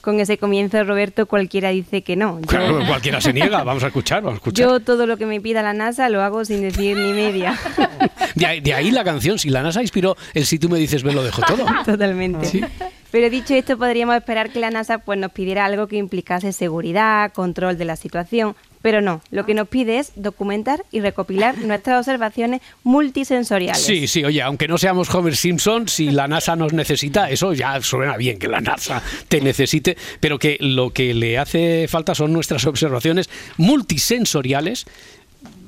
Speaker 31: Con ese comienzo, Roberto, cualquiera dice que no. Yo,
Speaker 1: claro, cualquiera se niega, vamos a escuchar, vamos a escuchar.
Speaker 31: yo todo lo que me pida la NASA lo hago sin decir ni media.
Speaker 1: De ahí, de ahí la canción, si la NASA inspiró el si tú me dices me lo dejo Pues todo.
Speaker 31: Totalmente. Pero dicho esto, podríamos esperar que la NASA pues, nos pidiera algo que implicase seguridad, control de la situación, Pero no, lo que nos pide es documentar y recopilar nuestras observaciones multisensoriales.
Speaker 1: Sí, sí, oye, aunque no seamos Homer Simpson, si la NASA nos necesita, eso ya suena bien que la NASA te necesite, pero que lo que le hace falta son nuestras observaciones multisensoriales.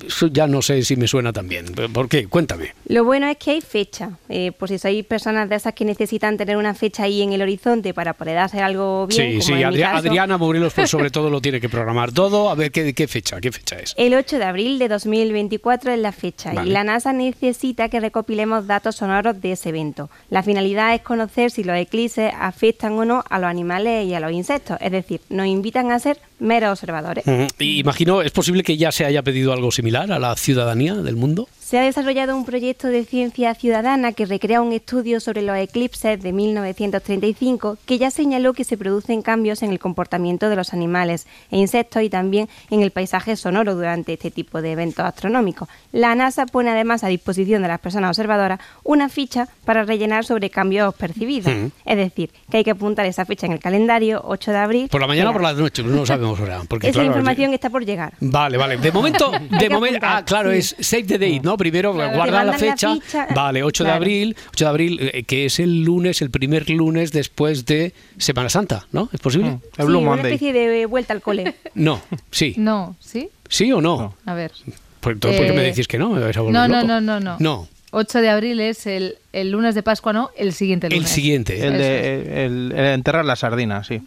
Speaker 1: Eso ya no sé si me suena tan bien. ¿Por qué? Cuéntame.
Speaker 31: Lo bueno es que hay fecha. Eh, por si sois personas de esas que necesitan tener una fecha ahí en el horizonte para poder hacer algo bien.
Speaker 1: sí, sí,
Speaker 31: como en mi
Speaker 1: Adri-
Speaker 31: caso,
Speaker 1: Adriana Morelos pues, sobre todo lo tiene que programar todo. A ver qué, qué fecha, qué fecha es.
Speaker 31: El 8 de abril de 2024 es la fecha
Speaker 1: Vale.
Speaker 31: y la NASA necesita que recopilemos datos sonoros de ese evento. La finalidad es conocer si los eclipses afectan o no a los animales y a los insectos, es decir, nos invitan a ser meros observadores.
Speaker 1: Ujú. Y imagino, ¿es posible que ya se haya pedido algo similar a la ciudadanía del mundo?
Speaker 31: Se ha desarrollado un proyecto de ciencia ciudadana que recrea un estudio sobre los eclipses de 1935 que ya señaló que se producen cambios en el comportamiento de los animales e insectos y también en el paisaje sonoro durante este tipo de eventos astronómicos. La NASA pone además a disposición de las personas observadoras una ficha para rellenar sobre cambios percibidos.
Speaker 1: Mm.
Speaker 31: Es decir, que hay que apuntar esa fecha en el calendario, 8 de abril.
Speaker 1: ¿Por la mañana o por
Speaker 31: Mira,
Speaker 1: la noche? No sabemos ahora. Porque,
Speaker 31: Esa
Speaker 1: claro,
Speaker 31: información está por llegar.
Speaker 1: Vale, vale. De momento,
Speaker 31: Hay
Speaker 1: de
Speaker 31: que
Speaker 1: momento,
Speaker 31: apuntar,
Speaker 1: ah, claro,
Speaker 31: sí.
Speaker 1: es save the date, ¿no? Primero
Speaker 31: Claro,
Speaker 1: guarda
Speaker 31: te
Speaker 1: la
Speaker 31: mandan la
Speaker 1: fecha.
Speaker 31: ficha.
Speaker 1: Vale, 8 de
Speaker 31: Claro.
Speaker 1: abril, 8 de abril, eh, que es el lunes, el primer lunes después de Semana Santa, ¿no? ¿Es posible?
Speaker 31: Sí, Mm. una especie de vuelta al cole.
Speaker 1: No, sí.
Speaker 27: No, ¿sí?
Speaker 1: ¿Sí o no?
Speaker 27: A ver.
Speaker 1: Pues, entonces, ¿por qué
Speaker 27: Eh,
Speaker 1: me decís que no? Me vais a volver
Speaker 27: No, no,
Speaker 1: loco.
Speaker 27: no, no, no.
Speaker 1: No,
Speaker 27: 8 de abril es el, el lunes de Pascua, no, el siguiente
Speaker 3: El
Speaker 27: lunes.
Speaker 1: siguiente.
Speaker 3: El de el- el enterrar las sardinas, sí.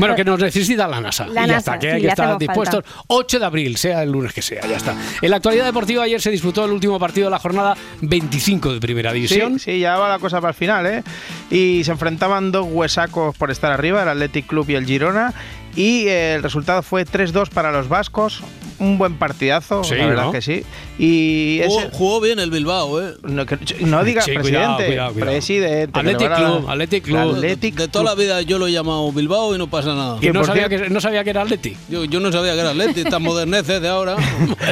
Speaker 1: Bueno, que nos necesita la NASA.
Speaker 3: La
Speaker 1: y ya
Speaker 3: NASA,
Speaker 1: está, que
Speaker 3: sí,
Speaker 1: hay que
Speaker 3: le
Speaker 1: estar
Speaker 3: hacemos
Speaker 1: dispuestos. 8 de abril, sea el lunes que sea, ya está. En la actualidad deportiva, ayer se disputó el último partido de la jornada 25 de Primera División.
Speaker 3: Sí, sí, ya va la cosa para el final, ¿eh? Y se enfrentaban dos huesacos por estar arriba, el Athletic Club y el Girona. Y eh, el resultado fue 3-2 para los vascos. Un buen partidazo,
Speaker 7: Sí,
Speaker 3: la verdad
Speaker 7: ¿no?
Speaker 3: que sí. Y
Speaker 7: Jugó,
Speaker 3: ese-
Speaker 7: jugó bien el Bilbao, ¿eh?
Speaker 3: No, que- no digas
Speaker 7: Sí, cuidado,
Speaker 3: presidente,
Speaker 7: cuidado, cuidado.
Speaker 3: presidente. que le
Speaker 7: Athletic
Speaker 3: van a dar-
Speaker 7: Club, Athletic Club.
Speaker 3: Athletic
Speaker 7: De toda la vida yo lo he llamado Bilbao y no pasa nada.
Speaker 3: Y no por sabía
Speaker 1: que, no sabía que era Atleti.
Speaker 7: Yo, yo no sabía que era Atleti, estas moderneces de ahora.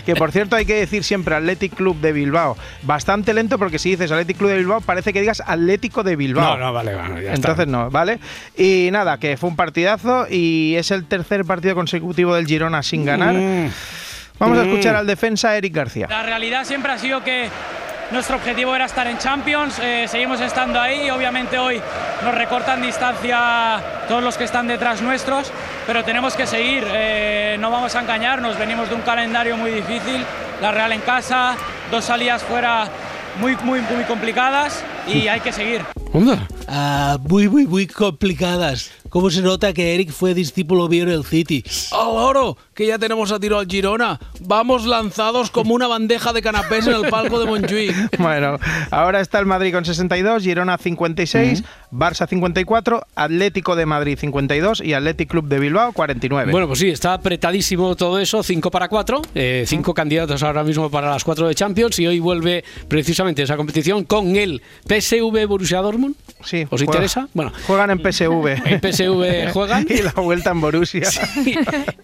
Speaker 3: Que por cierto hay que decir siempre Athletic Club de Bilbao. Bastante lento porque si dices Athletic Club de Bilbao parece que digas Atlético de Bilbao.
Speaker 1: No, no, vale, vale, ya está.
Speaker 3: Entonces no, ¿vale? Y nada, que fue un partidazo y es el tercer partido consecutivo del Girona sin ganar.
Speaker 1: Mm.
Speaker 3: Vamos a
Speaker 1: Mm.
Speaker 3: escuchar al defensa Eric García.
Speaker 9: La realidad siempre ha sido que nuestro objetivo era estar en Champions, eh, seguimos estando ahí y obviamente hoy nos recortan distancia todos los que están detrás nuestros, pero tenemos que seguir, eh, no vamos a engañarnos, venimos de un calendario muy difícil, la Real en casa, dos salidas fuera muy, muy, muy complicadas y hay que seguir.
Speaker 7: Ah, muy, muy, muy complicadas. ¿Cómo se nota que Eric fue discípulo mío en el City? ¡Oh, oro! Que ya tenemos a tiro al Girona. Vamos lanzados como una bandeja de canapés en el palco de Montjuic.
Speaker 3: Bueno, ahora está el Madrid con 62, Girona 56,
Speaker 1: Mm.
Speaker 3: Barça 54, Atlético de Madrid 52 y Athletic Club de Bilbao 49.
Speaker 1: Bueno, pues sí, está apretadísimo todo eso, 5 para 4, 5 candidatos ahora mismo para las 4 de Champions y hoy vuelve precisamente esa competición con el PSV Borussia Dortmund.
Speaker 3: Sí,
Speaker 1: ¿Os
Speaker 3: juega-
Speaker 1: interesa? Bueno,
Speaker 3: Juegan en PSV.
Speaker 1: En PSV juegan.
Speaker 3: y la vuelta en Borussia.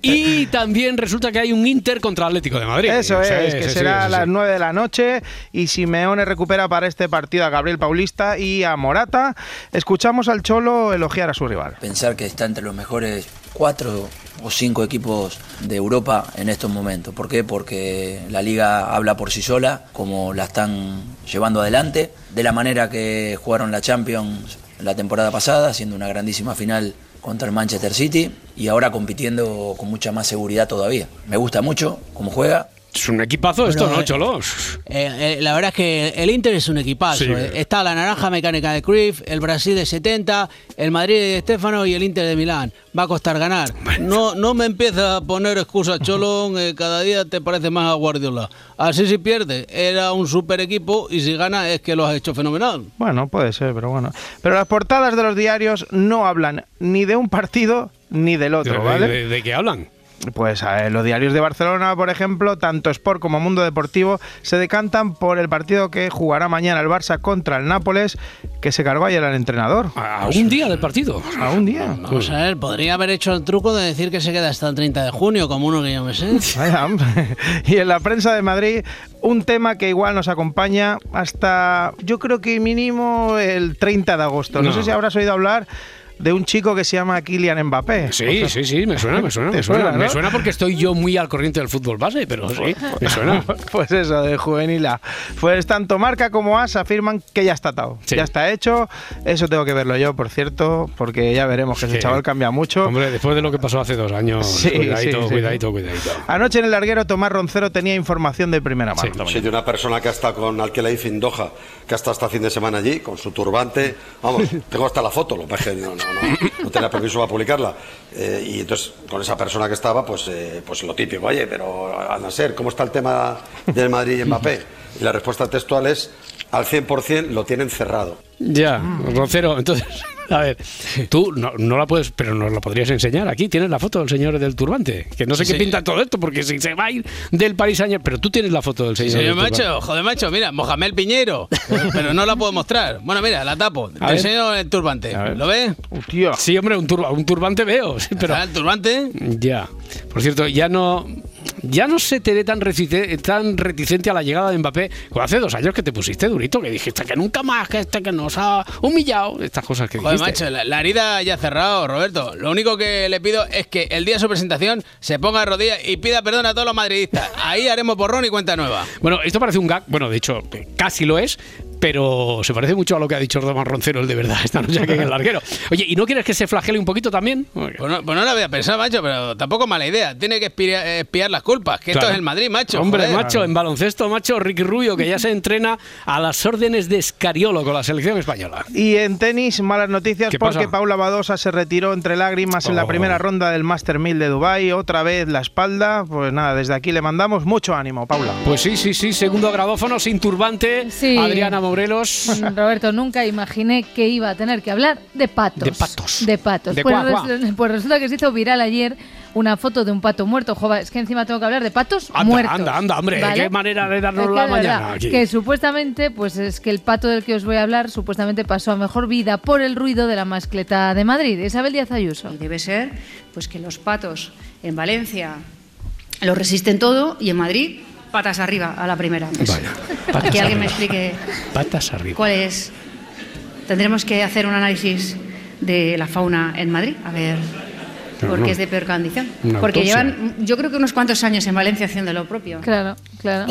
Speaker 1: y también resulta que hay un Inter contra Atlético de Madrid.
Speaker 3: Eso
Speaker 1: Sí,
Speaker 3: es,
Speaker 1: sí,
Speaker 3: que
Speaker 1: sí,
Speaker 3: será
Speaker 1: sí,
Speaker 3: a
Speaker 1: sí.
Speaker 3: las 9 de la noche y Simeone recupera para este partido a Gabriel Paulista y a Morata. Escuchamos al Cholo elogiar a su rival.
Speaker 8: pensar que está entre los mejores cuatro o cinco equipos de Europa en estos momentos. ¿Por qué? Porque la liga habla por sí sola, como la están llevando adelante, de la manera que jugaron la Champions la temporada pasada, siendo una grandísima final contra el Manchester City y ahora compitiendo con mucha más seguridad todavía. Me gusta mucho cómo juega.
Speaker 1: Es un equipazo
Speaker 7: esto, Bueno, ¿no, eh,
Speaker 1: Cholos?
Speaker 7: Eh, eh, la verdad es que el Inter es un equipazo.
Speaker 1: Sí.
Speaker 7: eh. Está la naranja mecánica de Cruyff, el Brasil de 70, el Madrid de Stefano y el Inter de Milán. Va a costar ganar. No, no me empieza a poner excusas, Cholón. eh, cada día te parece más a Guardiola. Así si pierde, era un super equipo y si gana es que lo has hecho fenomenal.
Speaker 1: Mm.
Speaker 3: Bueno, puede ser, pero bueno. Pero las portadas de los diarios no hablan ni de un partido ni del
Speaker 1: ¿De-
Speaker 3: otro,
Speaker 1: de-
Speaker 3: ¿vale?
Speaker 1: de- de qué hablan?
Speaker 3: Pues a ver, los diarios de Barcelona, por ejemplo, tanto Sport como Mundo Deportivo, se decantan por el partido que jugará mañana el Barça contra el Nápoles, que se cargó ayer al entrenador.
Speaker 1: A un día del partido.
Speaker 3: A un día.
Speaker 7: Vamos a ver, podría haber hecho el truco de decir que se queda hasta el 30 de junio, como uno que yo me sé.
Speaker 3: Vaya, hombre. y en la prensa de Madrid, un tema que igual nos acompaña hasta, yo creo que mínimo el 30 de agosto. No,
Speaker 1: No.
Speaker 3: sé si habrás oído hablar de un chico que se llama Kylian Mbappé.
Speaker 1: Sí,
Speaker 3: O sea,
Speaker 1: sí, sí, me suena, me suena,
Speaker 3: ¿te
Speaker 1: me suena.
Speaker 3: suena,
Speaker 1: Me
Speaker 3: no?
Speaker 1: suena porque estoy yo muy al corriente del fútbol base, pero sí, me suena.
Speaker 3: Pues eso, de juvenil A. Pues tanto Marca como AS afirman que ya está atado. Ya está hecho. Eso tengo que verlo yo, por cierto, porque ya veremos que ese
Speaker 1: Sí.
Speaker 3: chaval cambia mucho.
Speaker 1: Hombre, después de lo que pasó hace dos años,
Speaker 3: Sí,
Speaker 1: cuidadito,
Speaker 3: sí, sí.
Speaker 1: cuidadito, cuidadito.
Speaker 3: Anoche en el larguero Tomás Roncero tenía información de primera mano.
Speaker 2: Soy de una persona que ha estado con Alkelaifin Doha, que ha estado hasta fin de semana allí, con su turbante. Vamos, tengo hasta la foto, lo que pasa es que no, no, no- no tenía permiso para publicarla. Eh, y entonces, con esa persona que estaba, pues, eh, pues lo típico, oye, pero al nacer, ¿cómo está el tema del Madrid y Mbappé? Y la respuesta textual es, al 100% lo tienen cerrado.
Speaker 1: Ya, Roncero, entonces, a ver, tú no, no la puedes, pero nos la podrías enseñar. Aquí tienes la foto del señor del turbante, que no sé
Speaker 7: Sí,
Speaker 1: qué
Speaker 7: sí.
Speaker 1: pinta todo esto, porque si se va a ir del Paris Saint, pero tú tienes la foto del señor.
Speaker 7: Señor
Speaker 1: del turbante.
Speaker 7: macho, joder macho, mira, Mohamed Piñero, pero no la puedo mostrar. Bueno, mira, la tapo.
Speaker 1: A
Speaker 7: Te
Speaker 1: ver.
Speaker 7: enseño el turbante. ¿Lo ves?
Speaker 1: Sí, hombre, un, turba- un turbante veo. sí, pero...
Speaker 7: ¿El turbante?
Speaker 1: Ya. Por cierto, ya no. Ya no se te ve tan, recite- tan reticente a la llegada de Mbappé. Como hace dos años que te pusiste durito, que dijiste que nunca más, que este que nos ha humillado. Estas cosas que
Speaker 7: Joder,
Speaker 1: dijiste.
Speaker 7: macho, la, la herida ya ha cerrado, Roberto. Lo único que le pido es que el día de su presentación se ponga de rodillas y pida perdón a todos los madridistas. Ahí haremos borrón y cuenta nueva.
Speaker 1: Bueno, esto parece un gag. Bueno, de hecho, eh, casi lo es. Pero se parece mucho a lo que ha dicho Román Roncero, el de verdad, esta noche aquí en el larguero. Oye, ¿y no quieres que se flagele un poquito también?
Speaker 7: Pues no, pues no la había pensado, macho, pero tampoco es mala idea. Tiene que espia- espiar, las culpas, que
Speaker 1: Claro.
Speaker 7: esto es el Madrid, macho.
Speaker 1: Hombre,
Speaker 7: joder.
Speaker 1: macho, en baloncesto, macho, Ricky Rubio, que ya se entrena a las órdenes de Escariolo con la selección española.
Speaker 3: Y en tenis, malas noticias
Speaker 1: ¿Qué
Speaker 3: porque
Speaker 1: pasa?
Speaker 3: Paula Badosa se retiró entre lágrimas en la
Speaker 1: Oh.
Speaker 3: primera ronda del Master 1000 de Dubai Otra vez la espalda. Pues nada, desde aquí le mandamos mucho ánimo, Paula.
Speaker 1: Pues sí, sí, sí, segundo grabófono sin turbante,
Speaker 27: Sí.
Speaker 1: Adriana Morelos.
Speaker 27: Roberto, nunca imaginé que iba a tener que hablar de patos.
Speaker 1: De patos.
Speaker 27: De patos.
Speaker 1: De
Speaker 27: pues,
Speaker 1: cuá, cuá.
Speaker 27: res- pues resulta que se hizo viral ayer una foto de un pato muerto. Jova, es que encima tengo que hablar de patos
Speaker 1: Anda,
Speaker 27: muertos.
Speaker 1: anda, anda, hombre,
Speaker 27: ¿vale?
Speaker 1: qué manera de
Speaker 27: Es
Speaker 1: darnos
Speaker 27: que
Speaker 1: la
Speaker 27: de verdad,
Speaker 1: mañana aquí.
Speaker 27: Eh, que supuestamente, pues es que el pato del que os voy a hablar supuestamente pasó a mejor vida por el ruido de la mascleta de Madrid. Isabel Díaz Ayuso.
Speaker 4: debe ser pues que los patos en Valencia lo resisten todo y en Madrid patas arriba a la primera.
Speaker 1: patas
Speaker 4: que alguien
Speaker 1: arriba.
Speaker 4: me explique
Speaker 1: Patas arriba.
Speaker 4: cuál es. Tendremos que hacer un análisis de la fauna en Madrid, a ver
Speaker 1: No,
Speaker 4: por
Speaker 1: no.
Speaker 4: qué es de peor condición.
Speaker 1: Una
Speaker 4: Porque
Speaker 1: autopsia.
Speaker 4: llevan, yo creo que unos cuantos años en Valencia haciendo lo propio.
Speaker 27: Claro, claro.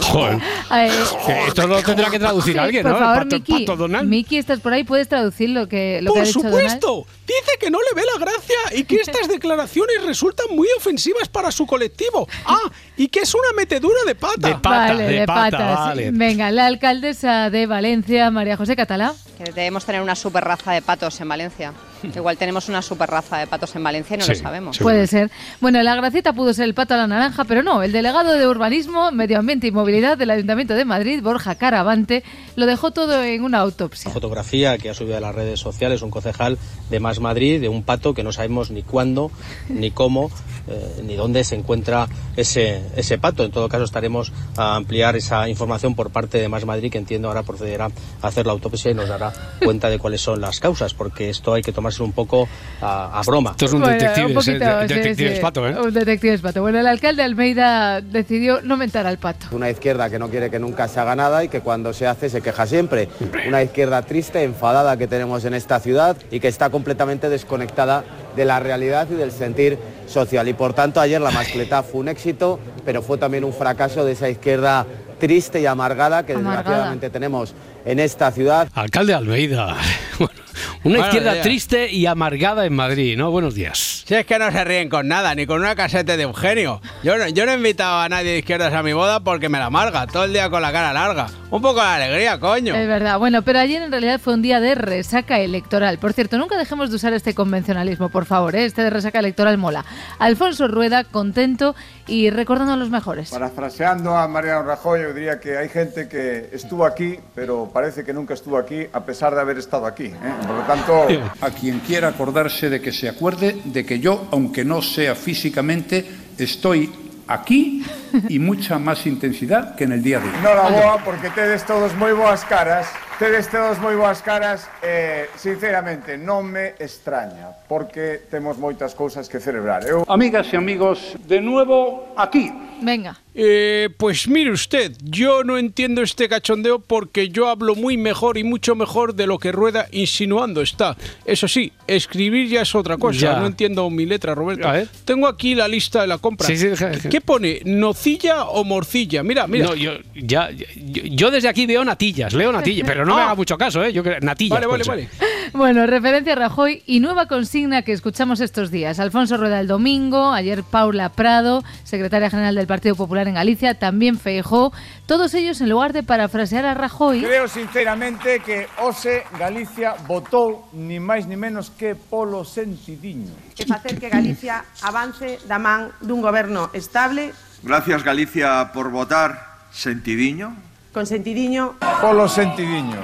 Speaker 1: Joder.
Speaker 27: Eh,
Speaker 1: Que Esto lo tendrá que traducir
Speaker 27: sí,
Speaker 1: alguien,
Speaker 27: por
Speaker 1: ¿no? El
Speaker 27: favor,
Speaker 1: pato- el
Speaker 27: Miki,
Speaker 1: pato Donald.
Speaker 27: Miki, estás por ahí, puedes traducir lo que, lo que ha
Speaker 7: Por
Speaker 27: dicho
Speaker 7: supuesto.
Speaker 27: Donald?
Speaker 7: Dice que no le ve la gracia y que estas declaraciones resultan muy ofensivas para su colectivo. Ah, y que es una metedura de pata.
Speaker 1: De pata,
Speaker 27: vale,
Speaker 1: de, pata, vale.
Speaker 27: Venga, la alcaldesa de Valencia, María José Catalá.
Speaker 6: Que debemos tener una super raza de patos en Valencia. Igual tenemos una super raza de patos en Valencia y no
Speaker 27: Sí,
Speaker 6: lo sabemos.
Speaker 27: Puede ser. Bueno, la gracita pudo ser el pato a la naranja, pero no. El delegado de Urbanismo, Medio Ambiente y Movilidad del Ayuntamiento de Madrid, Borja Caravante, lo dejó todo en una autopsia.
Speaker 10: fotografía que ha subido a las redes sociales un concejal de Más Madrid de un pato que no sabemos ni cuándo, ni cómo, eh, ni dónde se encuentra ese, ese pato. En todo caso, estaremos a ampliar esa información por parte de Más Madrid, que entiendo ahora procederá a hacer la autopsia y nos dará cuenta de cuáles son las causas, porque esto hay que tomárselo un poco a, a broma.
Speaker 1: Esto es un
Speaker 27: Bueno,
Speaker 1: detective,
Speaker 27: un poquito,
Speaker 1: es
Speaker 27: sí,
Speaker 1: detective
Speaker 27: sí.
Speaker 1: pato, ¿eh?
Speaker 27: Un detective es pato. Bueno, el alcalde de Almeida decidió no mentar al pato.
Speaker 11: Una izquierda que no quiere que nunca se haga nada y que cuando se hace se queja siempre. Una izquierda triste, enfadada que tenemos en esta ciudad y que está completamente desconectada de la realidad y del sentir social. Y por tanto ayer la mascleta fue un éxito, pero fue también un fracaso de esa izquierda triste y amargada que
Speaker 27: Amargada.
Speaker 11: desgraciadamente tenemos en esta ciudad.
Speaker 1: Alcalde de Almeida. Bueno, una
Speaker 7: Buenos
Speaker 1: izquierda
Speaker 7: días.
Speaker 1: triste y amargada en Madrid, ¿no? Buenos días.
Speaker 7: Si es que no se ríen con nada, ni con una casete de Eugenio. Yo no, yo no he invitado a nadie de izquierdas a mi boda porque me la amarga, todo el día con la cara larga. Un poco de alegría, coño.
Speaker 27: Es verdad. Bueno, pero ayer en realidad fue un día de resaca electoral. Por cierto, nunca dejemos de usar este convencionalismo, por favor. ¿eh? Este de resaca electoral mola. Alfonso Rueda, contento y recordando a los mejores.
Speaker 12: Parafraseando a Mariano Rajoy, yo diría que hay gente que estuvo aquí, pero parece que nunca estuvo aquí, a pesar de haber estado aquí. ¿eh? Por lo tanto,
Speaker 13: A quien quiera acordarse de que se acuerde de que yo, aunque no sea físicamente, estoy aquí y mucha más intensidad que en el día de hoy.
Speaker 12: enhorabuena porque tedes todos muy boas caras Tedes todos moi boas caras e, sinceramente, non me extraña, porque temos moitas cousas que celebrar. Eu...
Speaker 13: Amigas e amigos, de nuevo aquí.
Speaker 27: Venga.
Speaker 10: Eh, pues mire usted, yo no entiendo este cachondeo porque yo hablo muy mejor y mucho mejor de lo que Rueda insinuando está. Eso sí, escribir ya es otra cosa.
Speaker 1: Ya.
Speaker 10: No entiendo mi letra, Roberto.
Speaker 1: A ver.
Speaker 10: Tengo aquí la lista de la compra.
Speaker 1: Sí, sí, deja- deja.
Speaker 10: ¿Qué pone? ¿Nocilla o morcilla? Mira, Ah, mira.
Speaker 1: No, yo, ya, yo, yo desde aquí veo natillas, leo natillas, pero no me
Speaker 10: Ah.
Speaker 1: haga mucho caso, ¿eh? Yo creo, natillas.
Speaker 10: Vale, vale,
Speaker 1: Concha.
Speaker 10: vale.
Speaker 27: Bueno, referencia a Rajoy y nueva consigna que escuchamos estos días. Alfonso Rueda el domingo, ayer Paula Prado, secretaria general del Partido Popular en Galicia, también Feijó. Todos ellos, en lugar de parafrasear a Rajoy,
Speaker 12: Creo sinceramente que Ose Galicia votou ni máis ni menos que polo sentidiño.
Speaker 17: e facer que Galicia avance da man dun goberno estable,
Speaker 28: Gracias, Galicia, por votar sentidiño.
Speaker 17: con sentidiño
Speaker 12: Polo sentidiño.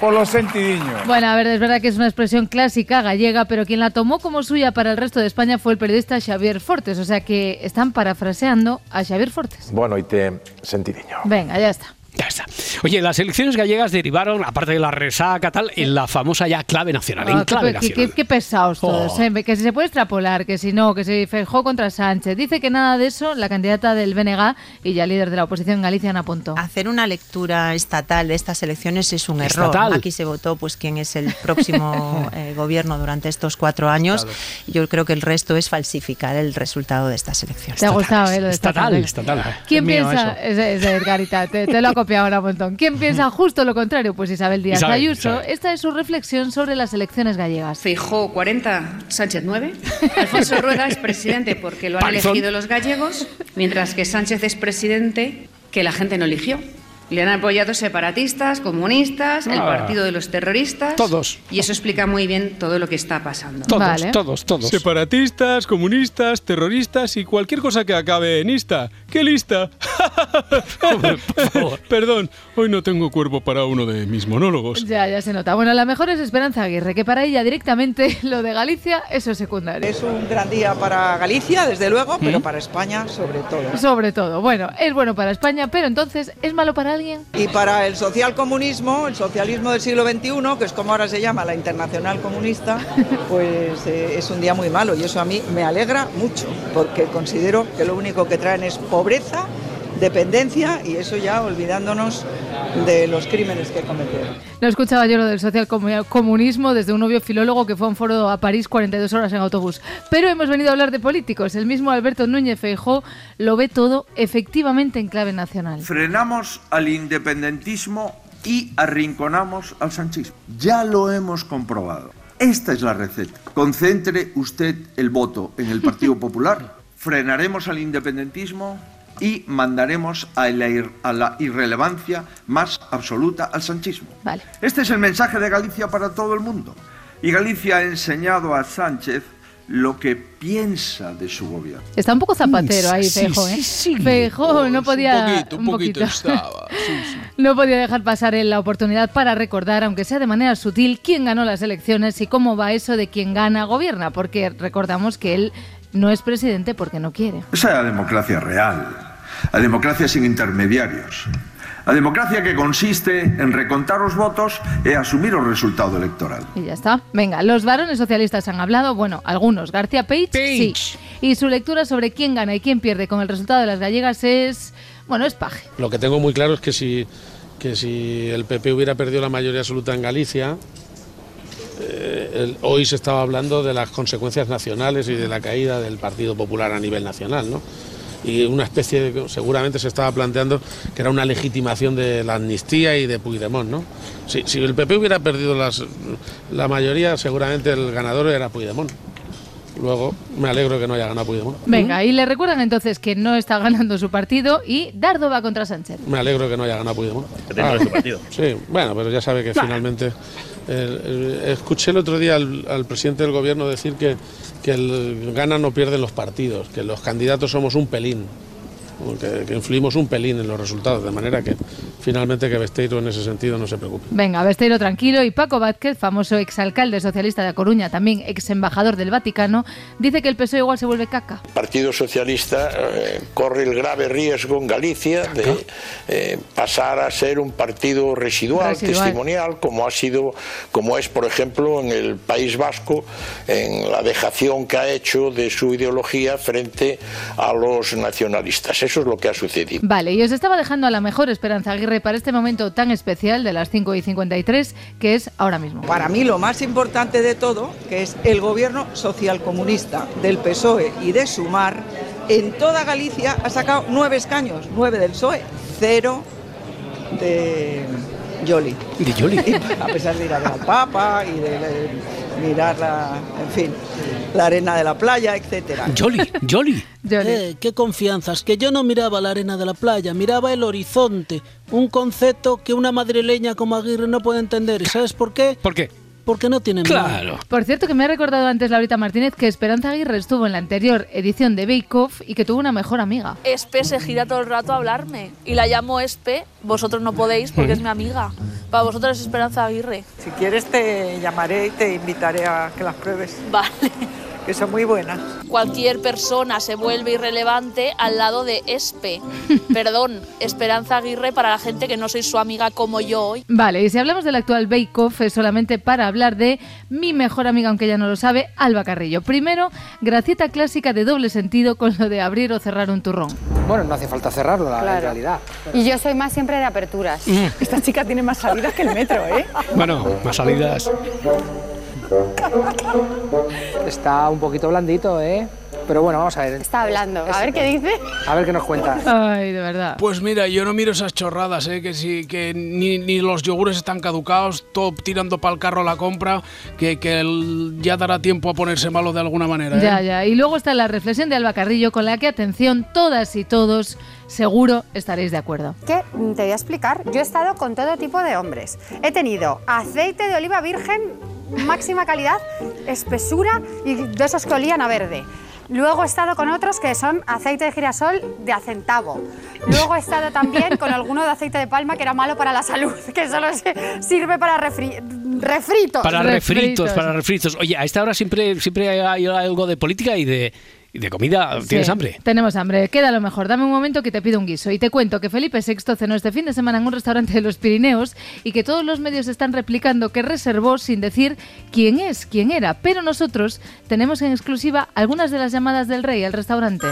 Speaker 12: Polo sentidiño.
Speaker 27: Bueno, a ver, es verdad que es una expresión clásica gallega, pero quien la tomó como suya para el resto de España fue el periodista Xavier Fortes, o sea que están parafraseando a Xavier Fortes.
Speaker 14: Bueno, te sentidiño.
Speaker 27: Venga, ya está.
Speaker 1: Ya está. Oye, las elecciones gallegas derivaron, aparte de la resaca, tal, en la famosa ya clave nacional. en
Speaker 27: Ah,
Speaker 1: clave
Speaker 27: qué, pe-
Speaker 1: nacional.
Speaker 27: qué- qué pesados
Speaker 1: Oh.
Speaker 27: todos, ¿eh? que si se puede extrapolar, que si no, que si Feijó contra Sánchez. Dice que nada de eso la candidata del BNG y ya líder de la oposición en Galicia, Ana Pontón.
Speaker 15: Hacer una lectura estatal de estas elecciones es un error.
Speaker 27: Estatal.
Speaker 15: Aquí se votó pues quién es el próximo eh, gobierno durante estos cuatro años. Yo creo que el resto es falsificar el resultado de estas elecciones.
Speaker 27: Te ha gustado, ¿eh? Lo de estatal.
Speaker 1: estatal.
Speaker 27: ¿Quién
Speaker 15: Es mío
Speaker 27: piensa? Es, es de Edgarita, te, te lo ha copiado ahora un montón. ¿Quién piensa justo lo contrario? Pues Isabel Díaz
Speaker 15: Isabel,
Speaker 27: Ayuso.
Speaker 15: Isabel.
Speaker 27: Esta es su reflexión sobre las elecciones gallegas.
Speaker 4: Feijó 40, Sánchez 9. Alfonso Rueda es presidente porque lo han
Speaker 27: Panzón.
Speaker 4: elegido los gallegos, mientras que Sánchez es presidente que la gente no eligió. Le han apoyado separatistas, comunistas, el
Speaker 1: Ah.
Speaker 4: partido de los terroristas.
Speaker 1: Todos.
Speaker 4: Y eso explica muy bien todo lo que está pasando.
Speaker 1: Todos, todos, todos.
Speaker 10: Separatistas, comunistas, terroristas y cualquier cosa que acabe en ista. ¡Qué lista! Perdón, hoy no tengo cuerpo para uno de mis monólogos.
Speaker 27: Ya, ya se nota. Bueno, la mejor es Esperanza Aguirre, que para ella directamente lo de Galicia, eso es secundario.
Speaker 32: Es un gran día para Galicia, desde luego, pero para España sobre todo.
Speaker 27: Sobre todo, bueno, es bueno para España, pero entonces, ¿es malo para alguien?
Speaker 32: Y para el socialcomunismo, el socialismo del siglo XXI, que es como ahora se llama la internacional comunista, pues eh, es un día muy malo y eso a mí me alegra mucho, porque considero que lo único que traen es pobreza, dependencia y eso ya olvidándonos de los crímenes que cometieron.
Speaker 27: No escuchaba yo lo del social comu- comunismo desde un novio filólogo que fue a un foro a París 42 horas en autobús. Pero hemos venido a hablar de políticos. El mismo Alberto Núñez Feijó lo ve todo efectivamente en clave nacional.
Speaker 28: Frenamos al independentismo y arrinconamos al sanchismo. Ya lo hemos comprobado. Esta es la receta. Concentre usted el voto en el Partido Popular, frenaremos al independentismo y mandaremos a la, ir- a la irrelevancia más absoluta al sanchismo.
Speaker 27: Vale.
Speaker 28: Este es el mensaje de Galicia para todo el mundo. Y Galicia ha enseñado a Sánchez lo que piensa de su gobierno.
Speaker 27: Está un poco zapatero ahí,
Speaker 28: Mm, Sí,
Speaker 27: Feijó, ¿eh?
Speaker 28: sí,
Speaker 27: Feijó no podía.
Speaker 28: poquito, un poquito estaba,
Speaker 27: No podía dejar pasar él la oportunidad para recordar, aunque sea de manera sutil, quién ganó las elecciones y cómo va eso de quien gana gobierna, porque recordamos que él no es presidente porque no quiere.
Speaker 28: Esa es la democracia real, la democracia sin intermediarios, la democracia que consiste en recontar os votos e asumir o resultado electoral.
Speaker 27: Y ya está. Venga, los varones socialistas han hablado, bueno, algunos. García Page, sí. Y su lectura sobre quién gana y quién pierde con el resultado de las gallegas es, bueno, es paje.
Speaker 24: Lo que tengo muy claro es que si, que si el PP hubiera perdido la mayoría absoluta en Galicia, eh, el- hoy se estaba hablando de las consecuencias nacionales y de la caída del Partido Popular a nivel nacional, ¿no? Y una especie, de, seguramente se estaba planteando que era una legitimación de la amnistía y de Puigdemont, ¿no? Si, si el PP hubiera perdido las- la mayoría, seguramente el ganador era Puigdemont. Luego, me alegro que no haya ganado Puigdemont.
Speaker 27: Venga, y le recuerdan entonces que no está ganando su partido y Dardo va contra Sánchez.
Speaker 24: Me alegro que no haya ganado Puigdemont. Ah,
Speaker 33: Dentro de su partido.
Speaker 24: Sí, bueno, pero ya sabe que
Speaker 33: Nah.
Speaker 24: finalmente. el- el- escuché el otro día al, al presidente del gobierno decir que, que el, gana no pierden los partidos, que los candidatos somos un pelín. o que, que influimos un pelín en los resultados, de manera que finalmente que Besteiro en ese sentido no se preocupe.
Speaker 27: Venga, Besteiro tranquilo y Paco Vázquez, famoso exalcalde socialista de A Coruña, también ex embajador del Vaticano, dice que el PSOE E igual se vuelve caca.
Speaker 25: Partido Socialista eh, corre el grave riesgo en Galicia de eh, pasar a ser un partido residual,
Speaker 5: Residual.
Speaker 25: testimonial, como ha sido, como es, por ejemplo, en el País Vasco, en la dejación que ha hecho de su ideología frente a los nacionalistas. Eso es lo que ha sucedido.
Speaker 27: Vale, y os estaba dejando a la mejor Esperanza Aguirre para este momento tan especial de las 5 y 53, que es ahora mismo.
Speaker 32: Para mí lo más importante de todo, que es el gobierno socialcomunista del PSOE E y de Sumar, en toda Galicia ha sacado nueve escaños, nueve del PSOE, E, cero de Yoli.
Speaker 1: De Yoli.
Speaker 32: A pesar de ir a ver al Papa y de, eh, mirar la, en fin, la arena de la playa, etcétera.
Speaker 7: Jolly,
Speaker 1: Jolly.
Speaker 7: Eh, qué confianzas, que yo no miraba la arena de la playa, miraba el horizonte, un concepto que una madrileña como Aguirre no puede entender. ¿Y sabes por qué?
Speaker 1: ¿Por qué?
Speaker 7: Porque no tiene
Speaker 1: Claro.
Speaker 27: Por cierto, que me ha recordado antes Laurita Martínez que Esperanza Aguirre estuvo en la anterior edición de Bake Off y que tuvo una mejor amiga.
Speaker 33: Espe se gira todo el rato a hablarme y la llamo Espe, vosotros no podéis porque es mi amiga. Para vosotros es Esperanza Aguirre.
Speaker 32: Si quieres te llamaré y te invitaré a que las pruebes.
Speaker 33: Vale.
Speaker 32: Que son muy buenas.
Speaker 33: Cualquier persona se vuelve irrelevante al lado de Espe. Perdón, Esperanza Aguirre para la gente que no soy su amiga como yo hoy.
Speaker 27: Vale, y si hablamos del actual Bake Off es solamente para hablar de mi mejor amiga, aunque ya no lo sabe, Alba Carrillo. Primero, gracieta clásica de doble sentido con lo de abrir o cerrar un turrón.
Speaker 22: Bueno, no hace falta cerrarlo, la, Claro. en realidad. Y yo soy más siempre de aperturas.
Speaker 27: Mm.
Speaker 22: Esta chica tiene más salidas que el metro, ¿eh?
Speaker 1: Bueno, más salidas.
Speaker 22: Está un poquito blandito, ¿eh? Pero bueno, vamos a ver. Está hablando. A ver qué dice. A ver qué nos cuenta.
Speaker 27: Ay, de verdad.
Speaker 7: Pues mira, yo no miro esas chorradas, ¿eh? que sí, que ni, ni los yogures están caducados, todo tirando para el carro la compra, que, que el- ya dará tiempo a ponerse malo de alguna manera. ¿eh?
Speaker 27: Ya, ya. Y luego está la reflexión de Alba Carrillo con la que, atención, todas y todos seguro estaréis de acuerdo.
Speaker 22: Que mm, te voy a explicar. Yo he estado con todo tipo de hombres. He tenido aceite de oliva virgen, máxima calidad, espesura y de esos que olían a verde. Luego he estado con otros que son aceite de girasol de a centavo. Luego he estado también con alguno de aceite de palma que era malo para la salud, que solo se- sirve para refri- refritos.
Speaker 1: Para refritos, para refritos. Oye, a esta hora siempre, siempre hay algo de política y de, y de comida. ¿Tienes
Speaker 27: Sí,
Speaker 1: hambre?
Speaker 27: Tenemos hambre. Queda lo mejor. Dame un momento que te pido un guiso. Y te cuento que Felipe VI cenó este fin de semana en un restaurante de los Pirineos y que todos los medios están replicando que reservó sin decir quién es, quién era. Pero nosotros tenemos en exclusiva algunas de las llamadas del rey al restaurante.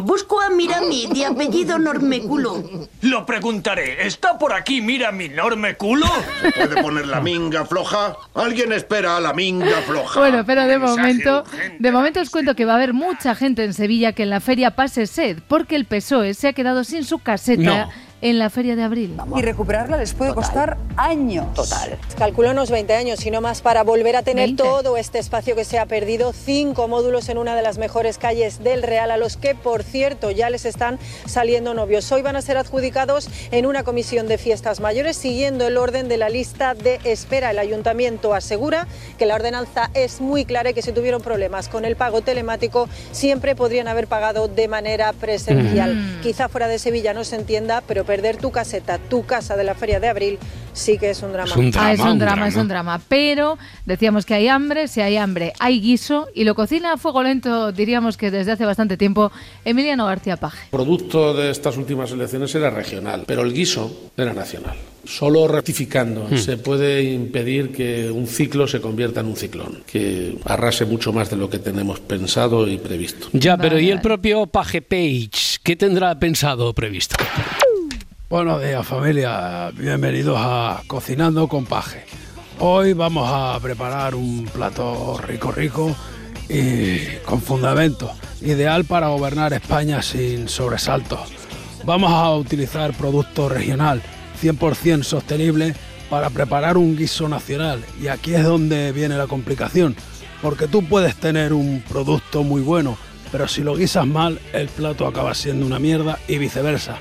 Speaker 34: Busco a Mirami, de apellido Normeculo.
Speaker 26: Lo preguntaré. ¿Está por aquí, mira mi enorme culo? ¿Se puede poner la minga floja? Alguien espera a la minga floja.
Speaker 27: Bueno, pero de
Speaker 26: Mensaje
Speaker 27: momento,
Speaker 26: urgente.
Speaker 27: de momento os cuento que va a haber mucha gente en Sevilla que en la feria pase sed, porque el PSOE E se ha quedado sin su caseta
Speaker 29: No.
Speaker 27: en la feria de abril.
Speaker 30: Y recuperarla les puede costar años. Total. Calculo unos 20 años, sino más, para volver a tener
Speaker 27: 20.
Speaker 30: todo este espacio que se ha perdido. Cinco módulos en una de las mejores calles del Real, a los que, por cierto, ya les están saliendo novios. Hoy van a ser adjudicados en una comisión de fiestas mayores, siguiendo el orden de la lista de espera. El ayuntamiento asegura que la ordenanza es muy clara y que si tuvieron problemas con el pago telemático, siempre podrían haber pagado de manera presencial.
Speaker 26: Mm.
Speaker 30: Quizá fuera de Sevilla no se entienda, pero perder tu caseta, tu casa de la feria de abril, sí que es un drama.
Speaker 26: Es un
Speaker 27: Ah, es un drama, es un drama. Pero decíamos que hay hambre, si hay hambre hay guiso y lo cocina a fuego lento, diríamos que desde hace bastante tiempo, Emiliano García Paje.
Speaker 24: producto de estas últimas elecciones era regional, pero el guiso era nacional. Solo rectificando se puede impedir que un ciclo se convierta en un ciclón, que arrase mucho más de lo que tenemos pensado y previsto.
Speaker 1: Ya, pero ¿y el propio Page Page? ¿Qué tendrá pensado o previsto?
Speaker 35: Buenos días familia, bienvenidos a Cocinando con Paje. Hoy vamos a preparar un plato rico rico y con fundamento, ideal para gobernar España sin sobresaltos. Vamos a utilizar producto regional 100% sostenible para preparar un guiso nacional y aquí es donde viene la complicación, porque tú puedes tener un producto muy bueno, pero si lo guisas mal el plato acaba siendo una mierda y viceversa.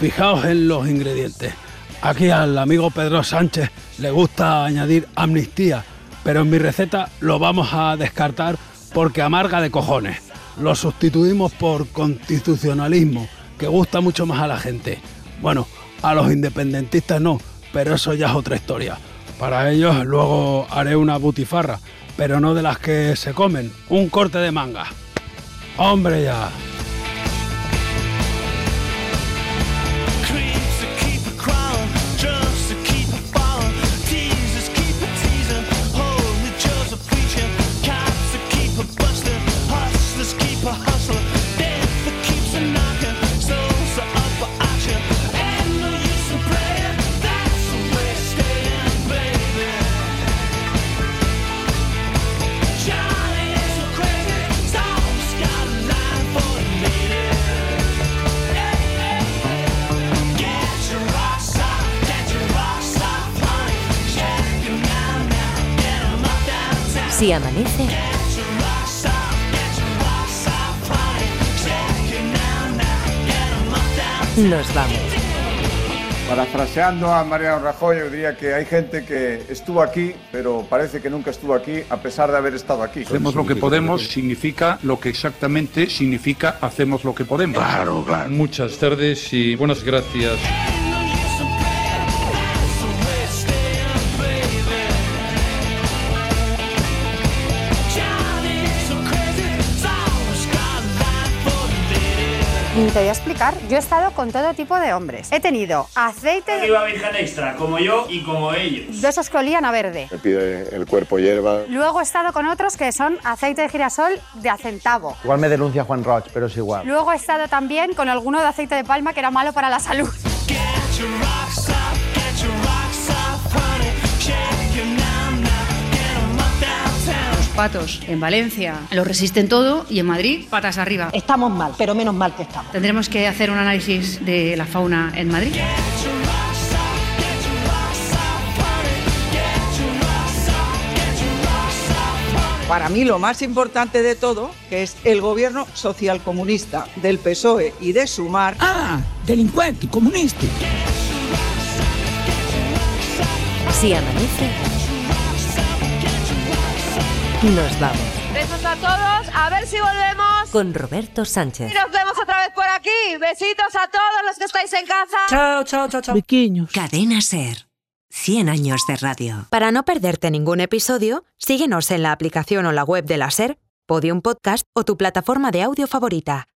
Speaker 35: Fijaos en los ingredientes. Aquí al amigo Pedro Sánchez le gusta añadir amnistía, pero en mi receta lo vamos a descartar porque amarga de cojones. Lo sustituimos por constitucionalismo que gusta mucho más a la gente. Bueno, a los independentistas no, pero eso ya es otra historia. Para ellos luego haré una butifarra, pero no de las que se comen, un corte de manga. Hombre ya.
Speaker 9: Si amanece, nos vamos.
Speaker 12: Parafraseando a Mariano Rajoy, yo diría que hay gente que estuvo aquí, pero parece que nunca estuvo aquí, a pesar de haber estado aquí.
Speaker 13: Hacemos lo que podemos significa lo que exactamente significa hacemos lo que podemos. Claro, claro. Muchas tardes y buenas gracias.
Speaker 22: Te voy a explicar. Yo he estado con todo tipo de hombres. He tenido aceite
Speaker 8: Oliva virgen extra, como yo y como ellos.
Speaker 22: de esos que olían a verde.
Speaker 2: Me pide el cuerpo hierba.
Speaker 22: Luego he estado con otros que son aceite de girasol de a centavo.
Speaker 14: Igual me denuncia Juan Roch, pero es igual.
Speaker 22: Luego he estado también con alguno de aceite de palma que era malo para la salud.
Speaker 4: Los patos en Valencia lo resisten todo y en Madrid patas arriba. Estamos mal, pero menos mal que estamos. Tendremos que hacer un análisis de la fauna en Madrid.
Speaker 32: Para mí lo más importante de todo, que es el gobierno socialcomunista del PSOE E y de Sumar. Ah, delincuente, comunista.
Speaker 9: Si amanece, nos vamos.
Speaker 3: Besos a todos, a ver si volvemos.
Speaker 9: Con Roberto Sánchez.
Speaker 3: Y nos vemos otra vez por aquí. Besitos a todos los que estáis en casa.
Speaker 9: chao, chao, chao. Pequeños. Cadena Ser. 100 años de radio.
Speaker 5: Para no perderte ningún episodio, síguenos en la aplicación o la web de la SER, Podium Podcast o tu plataforma de audio favorita.